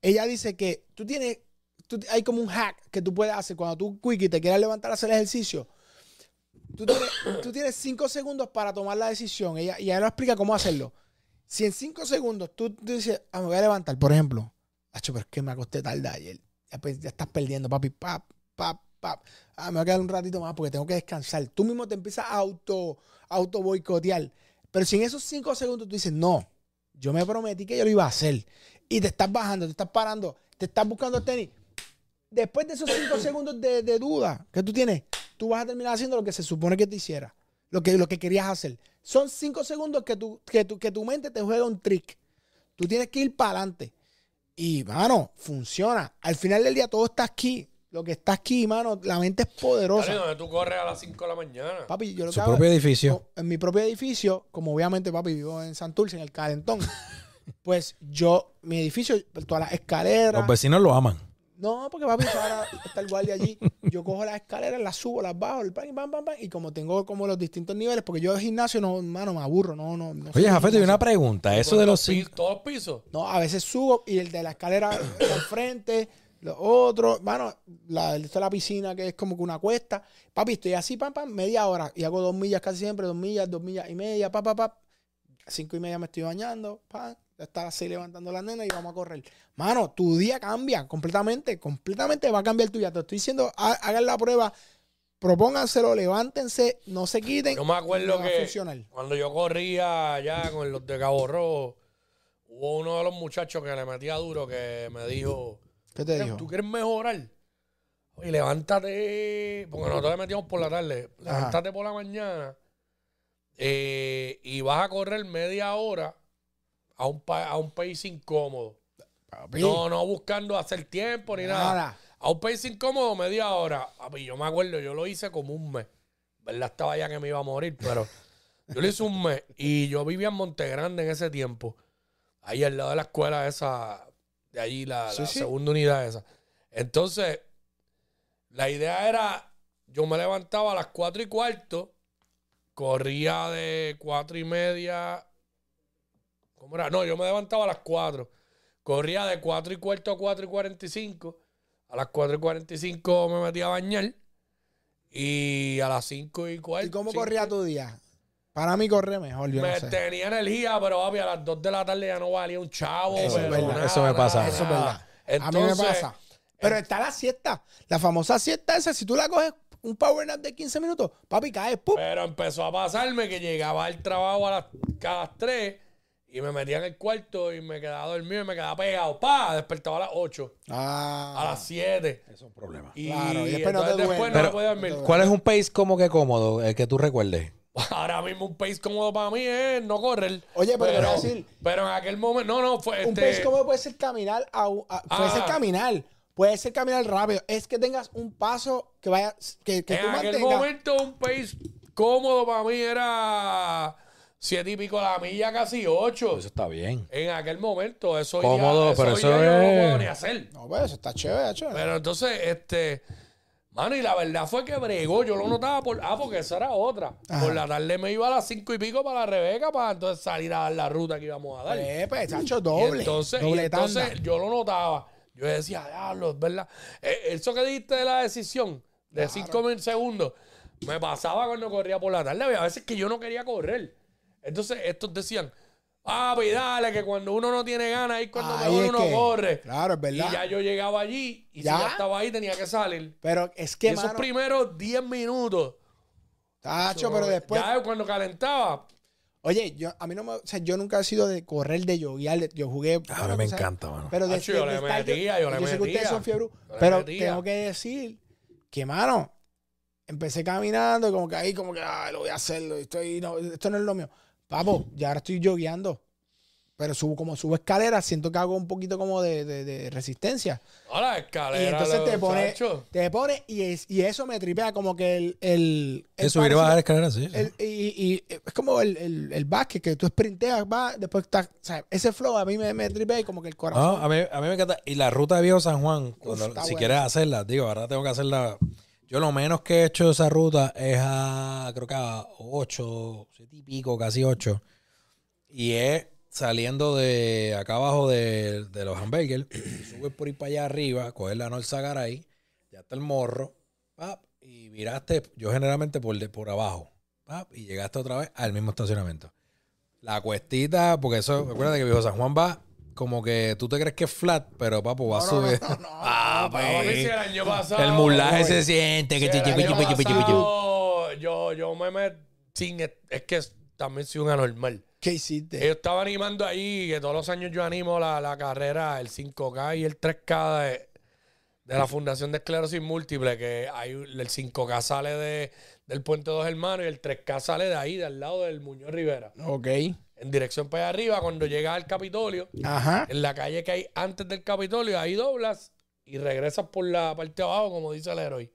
S2: Ella dice que tú tienes, tú- hay como un hack que tú puedes hacer cuando tú, Quickie, te quieras levantar a hacer el ejercicio. Tú tienes, tú tienes cinco segundos para tomar la decisión. Ella, y ella lo explica cómo hacerlo. Si en cinco segundos tú, tú dices, ah, me voy a levantar, por ejemplo, Acho, pero es que me acosté tarde ayer. Ya, pe- ya estás perdiendo, papi. Pap, pap, pap. Ah, me voy a quedar un ratito más porque tengo que descansar. Tú mismo te empiezas a auto, auto boicotear. Pero si en esos cinco segundos tú dices, no, yo me prometí que yo lo iba a hacer. Y te estás bajando, te estás parando, te estás buscando tenis. Después de esos cinco segundos de, de duda que tú tienes, tú vas a terminar haciendo lo que se supone que te hiciera, lo que, lo que querías hacer. Son cinco segundos que tu, que, tu, que tu mente te juega un trick. Tú tienes que ir para adelante. Y, mano, funciona. Al final del día todo está aquí. Lo que está aquí, mano, la mente es
S1: Dale,
S2: poderosa.
S1: donde tú corres a las 5 de la mañana.
S2: Papi, yo lo que
S3: Su
S2: hago-
S3: propio edificio.
S2: en mi propio edificio, como obviamente papi vivo en Santurce, en el Calentón, pues yo, mi edificio, todas las escaleras.
S3: Los vecinos lo aman.
S2: No, porque papi, ahora está el guardia allí. Yo cojo las escaleras, las subo, las bajo, el pan, y pam, pam, pam. Y como tengo como los distintos niveles, porque yo de gimnasio, no, hermano, me aburro, no, no. no soy
S3: Oye,
S2: de
S3: Jafet, te
S2: gimnasio.
S3: una pregunta. Eso
S1: Con
S3: de los
S1: pis-
S3: cinco.
S1: Todos los pisos.
S2: No, a veces subo y el de la escalera al frente, los otros, mano, la, esto es la piscina que es como que una cuesta. Papi, estoy así, pam, pam, media hora y hago dos millas casi siempre, dos millas, dos millas y media, pa, pa, pa. Cinco y media me estoy bañando, pa, ya está así levantando la nena y vamos a correr. Mano, tu día cambia completamente, completamente va a cambiar tu día. Te estoy diciendo, ha- hagan la prueba, propónganselo, levántense, no se quiten.
S1: Yo me acuerdo
S2: y va a
S1: que
S2: funcionar.
S1: cuando yo corría allá con los de Cabo Rojo, hubo uno de los muchachos que le metía duro que me dijo,
S2: ¿Qué te dijo?
S1: ¿tú quieres mejorar? Y levántate, porque nosotros le metíamos por la tarde, levántate por la mañana eh, y vas a correr media hora a un, pa- a un país incómodo.
S2: Papi,
S1: No, no buscando hacer tiempo ni nada.
S2: nada.
S1: A un país incómodo, media hora. Papi, yo me acuerdo, yo lo hice como un mes. ¿Verdad? Estaba ya que me iba a morir, pero yo lo hice un mes. Y yo vivía en Montegrande en ese tiempo. Ahí al lado de la escuela esa, de allí, la,
S2: Sí,
S1: la
S2: sí.
S1: segunda unidad esa. Entonces, la idea era, yo me levantaba a las cuatro y cuarto, corría de cuatro y media. ¿Cómo era? No, yo me levantaba a las cuatro. Corría de cuatro y cuarto a cuatro y cuarenta y cinco. A las 4 y 45 me metí a bañar. Y a las 5 y cuarto.
S2: ¿Y cómo
S1: cinco,
S2: corría tu día? Para mí corre mejor, yo
S1: Me
S2: no sé.
S1: tenía energía, pero papi, a las 2 de la tarde ya no valía un chavo.
S2: Eso es
S1: pero
S2: verdad,
S1: nada,
S3: eso me pasa.
S1: nada.
S2: Eso es verdad. a mí me
S1: Entonces,
S2: pasa. Pero está la siesta. La famosa siesta esa, si tú la coges un power nap de 15 minutos, papi, caes, ¡pum!
S1: Pero empezó a pasarme que llegaba al trabajo a las, a las 3 y Y me metía en el cuarto y me quedaba dormido y me quedaba pegado. ¡Pa! Despertaba a las 8,
S2: Ah,
S1: a las 7.
S3: Es un problema.
S1: Y,
S2: Claro, y después no
S1: después,
S2: te
S1: entonces después
S2: duermes.
S1: no me
S3: Pero-
S1: podía dormir.
S3: ¿Cuál es un país como que cómodo el que tú recuerdes?
S1: Ahora mismo un pace cómodo para mí es no correr.
S2: Oye, pero te voy a decir-
S1: pero en aquel momento, no, no, fue
S2: un
S1: este,
S2: pace cómodo puede ser caminar, a, a- puede
S1: Ah.
S2: ser caminar, puede ser caminar rápido. Es que tengas un paso que vaya, que, que tú
S1: en aquel
S2: mantengas.
S1: momento un pace cómodo para mí era siete y pico la milla, casi ocho.
S3: Eso está bien.
S1: En aquel momento, eso
S3: Cómodo,
S1: ya,
S3: pero
S1: hoy
S3: eso
S1: ya yo no lo
S3: es-
S1: puedo ni hacer.
S2: No, pues eso está chévere, chévere.
S1: Pero entonces, este. Mano, y la verdad fue que bregó. Yo lo notaba por. Ah, porque esa era otra.
S2: Ajá.
S1: Por la tarde me iba a las cinco y pico para la Rebeca para entonces salir a dar la ruta que íbamos a dar.
S2: Eh, pues, chacho,
S1: Y
S2: doble.
S1: entonces, y
S2: doble
S1: entonces
S2: tanda.
S1: yo lo notaba. Yo decía, diablo, es verdad. Eh, eso que dijiste de la decisión de cinco mil segundos, me pasaba cuando corría por la tarde. Había veces que yo no quería correr. Entonces, estos decían, papi, dale, que cuando uno no tiene ganas, ahí es cuando
S2: Ahí
S1: mejor
S2: es
S1: uno
S2: que-
S1: corre.
S2: claro, es verdad.
S1: Y ya yo llegaba allí y
S2: ¿Ya?
S1: si ya estaba ahí tenía que salir.
S2: Pero es
S1: Y
S2: que,
S1: esos
S2: mano,
S1: primeros 10 minutos.
S2: tacho, pero después.
S1: Ya cuando calentaba,
S2: Oye, yo, a mí no me. O sea, yo nunca he sido de correr, de yoguear. de- yo jugué.
S3: A mí me encanta, mano.
S2: Pero de,
S1: Tacho, Ah, yo
S2: de- de
S1: le
S2: estar
S1: metía, yo le
S2: sé que ustedes
S1: metía.
S2: son fiebre,
S1: Yo le
S2: pero
S1: metía.
S2: tengo que decir que, mano, empecé caminando, como que ahí, como que, ah, lo voy a hacerlo. Estoy, no, esto no es lo mío. Papo, ya ahora estoy yogueando. Pero subo, como subo escaleras, siento que hago un poquito como de, de- de resistencia.
S1: ahora la
S2: Y
S1: escalera.
S2: entonces te
S1: los
S2: pone,
S1: muchachos.
S2: te pone y, es- y eso me tripea como que el... el, el
S3: Es subir y
S2: parecido-
S3: bajar escaleras, sí. sí.
S2: el- y, y- y es como el, el, el básquet que tú sprinteas, va, después estás, o sea, ese flow a mí me, me tripea y como que el corazón.
S3: No, Ah, a mí, a mí me encanta. Y la ruta de Viejo San Juan, cuando-
S2: está
S3: si
S2: buena.
S3: quieres hacerla, digo, ahora tengo que hacerla. Yo lo menos que he hecho de esa ruta es a, creo que a 8, 7 y pico, casi 8. Y es saliendo de acá abajo de, de los hamburgers, subes por ir para allá arriba, coges la North Sagaray, ya está el morro, pap, y viraste, yo generalmente por, de- por abajo, pap, y llegaste otra vez al mismo estacionamiento. La cuestita, porque eso, acuérdate que Viejo San Juan va como que tú te crees que es flat, pero papo va a subir. Ah,
S1: Papi,
S3: pues,
S1: si el año pasado.
S3: el mulaje se siente.
S1: si
S3: Que
S1: el
S3: chichi,
S1: año
S3: pichi, pichi, pichi, pichi.
S1: pasado, Yo, yo me met- sin Es que también soy un anormal.
S2: ¿Qué hiciste?
S1: Yo estaba animando ahí, que todos los años yo animo la, la carrera, el 5K y el 3K de, de la Fundación de Esclerosis Múltiple, que hay, el 5K sale de, del Puente Dos Hermanos y el 3K sale de ahí, del lado del Muñoz Rivera,
S2: ok.
S1: en dirección para allá arriba, cuando llegas al Capitolio.
S2: Ajá.
S1: en la calle que hay antes del Capitolio, ahí doblas y regresas por la parte de abajo, como dice el héroe.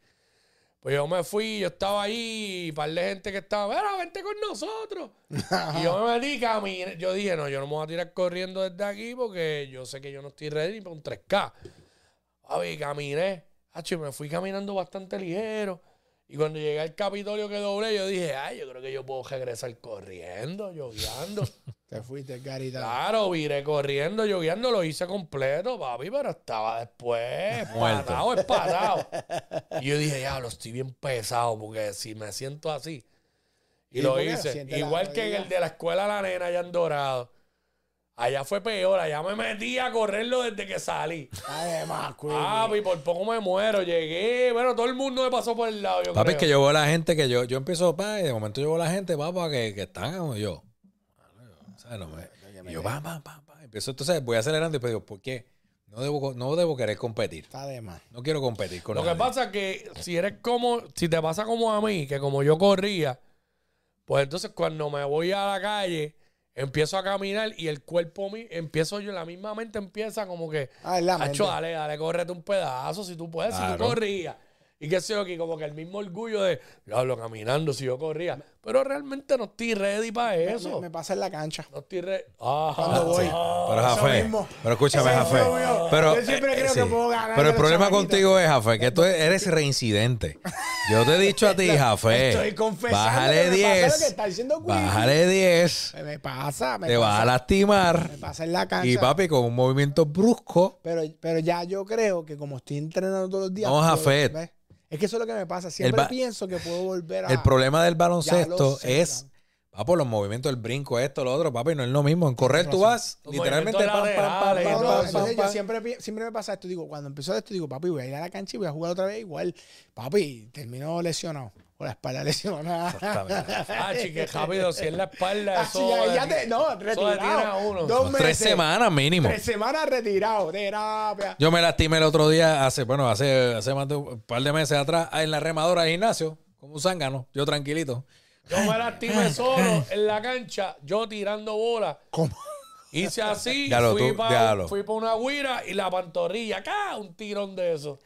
S1: Pues yo me fui, yo estaba ahí, y un par de gente que estaba, mira, vente con nosotros. y yo me metí, caminé. Yo dije, no, yo no me voy a tirar corriendo desde aquí porque yo sé que yo no estoy ready ni para un 3K. Papi, caminé. Hacho, y me fui caminando bastante ligero. Y cuando llegué al Capitolio que doblé, yo dije, ay, yo creo que yo puedo regresar corriendo, lloviando.
S2: Te fuiste, carita.
S3: Ah.
S1: Claro, viré corriendo, lloviendo, lo hice completo, papi, pero estaba después,
S3: Muerto.
S1: espatado, espatado. y yo dije, ya, lo estoy bien pesado, porque si me siento así. Y
S2: Sí,
S1: lo
S2: porque
S1: hice.
S2: siente la
S1: Igual que en
S2: rodilla.
S1: el de la escuela La Nena, allá en Dorado. Allá fue peor, allá me metí a correrlo desde que salí.
S3: Ah,
S2: Además, Queen.
S1: Papi, por poco me muero, llegué. Bueno, todo el mundo me pasó por el lado, yo
S3: Papi, es
S1: creo.
S3: que yo veo la gente que yo, yo empiezo, pa, y de momento yo veo la gente, papá, que, que están como yo. O sea, no me- y yo, pa, pa, pa, pa. Empiezo, entonces voy acelerando y después digo, ¿por qué? No debo, co- no debo querer competir.
S2: Está de más.
S3: No quiero competir con
S1: Lo que
S3: nadie.
S1: pasa es que si eres como, si te pasa como a mí, que como yo corría, pues entonces cuando me voy a la calle, empiezo a caminar y el cuerpo mío, empiezo yo, la misma mente empieza como que,
S2: Ah, es la
S1: "Acho,
S2: mente.
S1: dale, dale, córrete un pedazo si tú puedes, si tú
S3: Claro.
S1: corrías. Y qué sé yo, que como que el mismo orgullo de, yo hablo caminando si yo corría. Pero realmente no estoy ready para eso.
S2: Me, me pasa en la cancha.
S1: No estoy ready. Ah,
S2: Cuando voy.
S3: Pero
S2: Eso
S3: Jafé,
S2: mismo.
S3: pero escúchame,
S2: Eso
S3: Jafé.
S2: es obvio.
S3: Pero, eh,
S2: Yo siempre creo que puedo ganar
S3: Pero
S2: a
S3: el
S2: los
S3: problema
S2: chamaquitos.
S3: contigo es, Jafé, que tú eres reincidente. Yo te he dicho a ti, Jafé.
S2: estoy confesando que
S3: Bájale
S2: me pasa lo
S3: 10.
S2: que está diciendo Quickie.
S3: Bájale 10.
S2: Me, me pasa. Me
S3: Te
S2: pasa,
S3: vas a lastimar.
S2: Me pasa en la cancha.
S3: Y papi, con un movimiento brusco.
S2: Pero, pero ya yo creo que como estoy entrenando todos los días.
S3: No,
S2: puedo-
S3: Jafet.
S2: ¿ves? Es que eso es lo que me pasa. Siempre
S3: ba-
S2: pienso que puedo volver a.
S3: El problema del baloncesto
S2: sé,
S3: es, papo, los movimientos, el brinco, esto, lo otro, papi, no es lo mismo. En correr tú
S2: razón.
S3: vas,
S1: Los
S3: literalmente, pam,
S1: movimientos
S3: pam, pam,
S1: laterales,
S3: pam,
S2: No, no,
S3: pam,
S2: entonces yo
S3: pam, pasa.
S2: siempre, pi- siempre me pasa esto. Digo, cuando empezó esto, digo, papi, voy a ir a la cancha y voy a jugar otra vez igual. Papi, termino lesionado. o la espalda lesionada.
S1: Ah, chique, rápido, si es la espalda,
S2: Así,
S1: eso.
S2: Ah, ya, ya te, no,
S1: detiene a uno.
S2: retirado. Dos
S3: Son
S2: meses.
S3: Tres semanas mínimo.
S2: Tres semanas retirado. Terapia.
S3: Yo me lastimé el otro día, hace, bueno, hace, hace más de un par de meses atrás, ah, en la remadora del gimnasio, como un zángano, yo tranquilito.
S1: Yo me lastimé solo en la cancha, yo tirando bola.
S2: ¿Cómo?
S1: Hice así,
S3: Ya lo,
S1: fui
S3: tú- ya
S1: para
S3: lo.
S1: una guira y la pantorrilla, acá, un tirón de eso.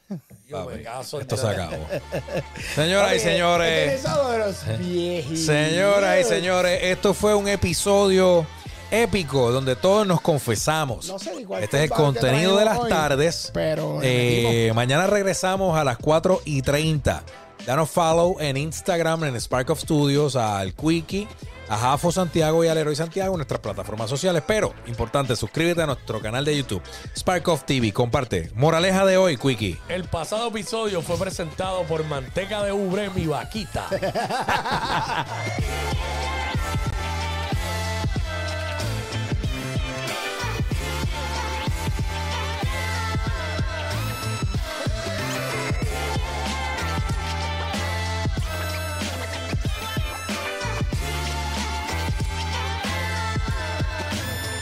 S1: Yo me
S3: Papi,
S1: caso.
S3: Esto
S1: en
S3: se
S1: Dios.
S3: acabó. Señoras
S2: Este
S3: y
S2: es
S3: señores,
S2: el sábado de los viejitos.
S3: señoras y señores, esto fue un episodio épico donde todos nos confesamos.
S2: No sé ni cuál
S3: este es el
S2: fue el
S3: contenido
S2: que
S3: de las
S2: traímos hoy,
S3: tardes.
S2: pero
S3: Eh,
S2: le
S3: mañana regresamos a las 4 y 30. Danos follow en Instagram, en Spark of Studios, al Quickie, a Jafo Santiago y al Héroe Santiago, en nuestras plataformas sociales. Pero, importante, suscríbete a nuestro canal de YouTube, Spark of TV. Comparte. Moraleja de hoy, Quickie.
S1: El pasado episodio fue presentado por Manteca de Ubre, mi vaquita.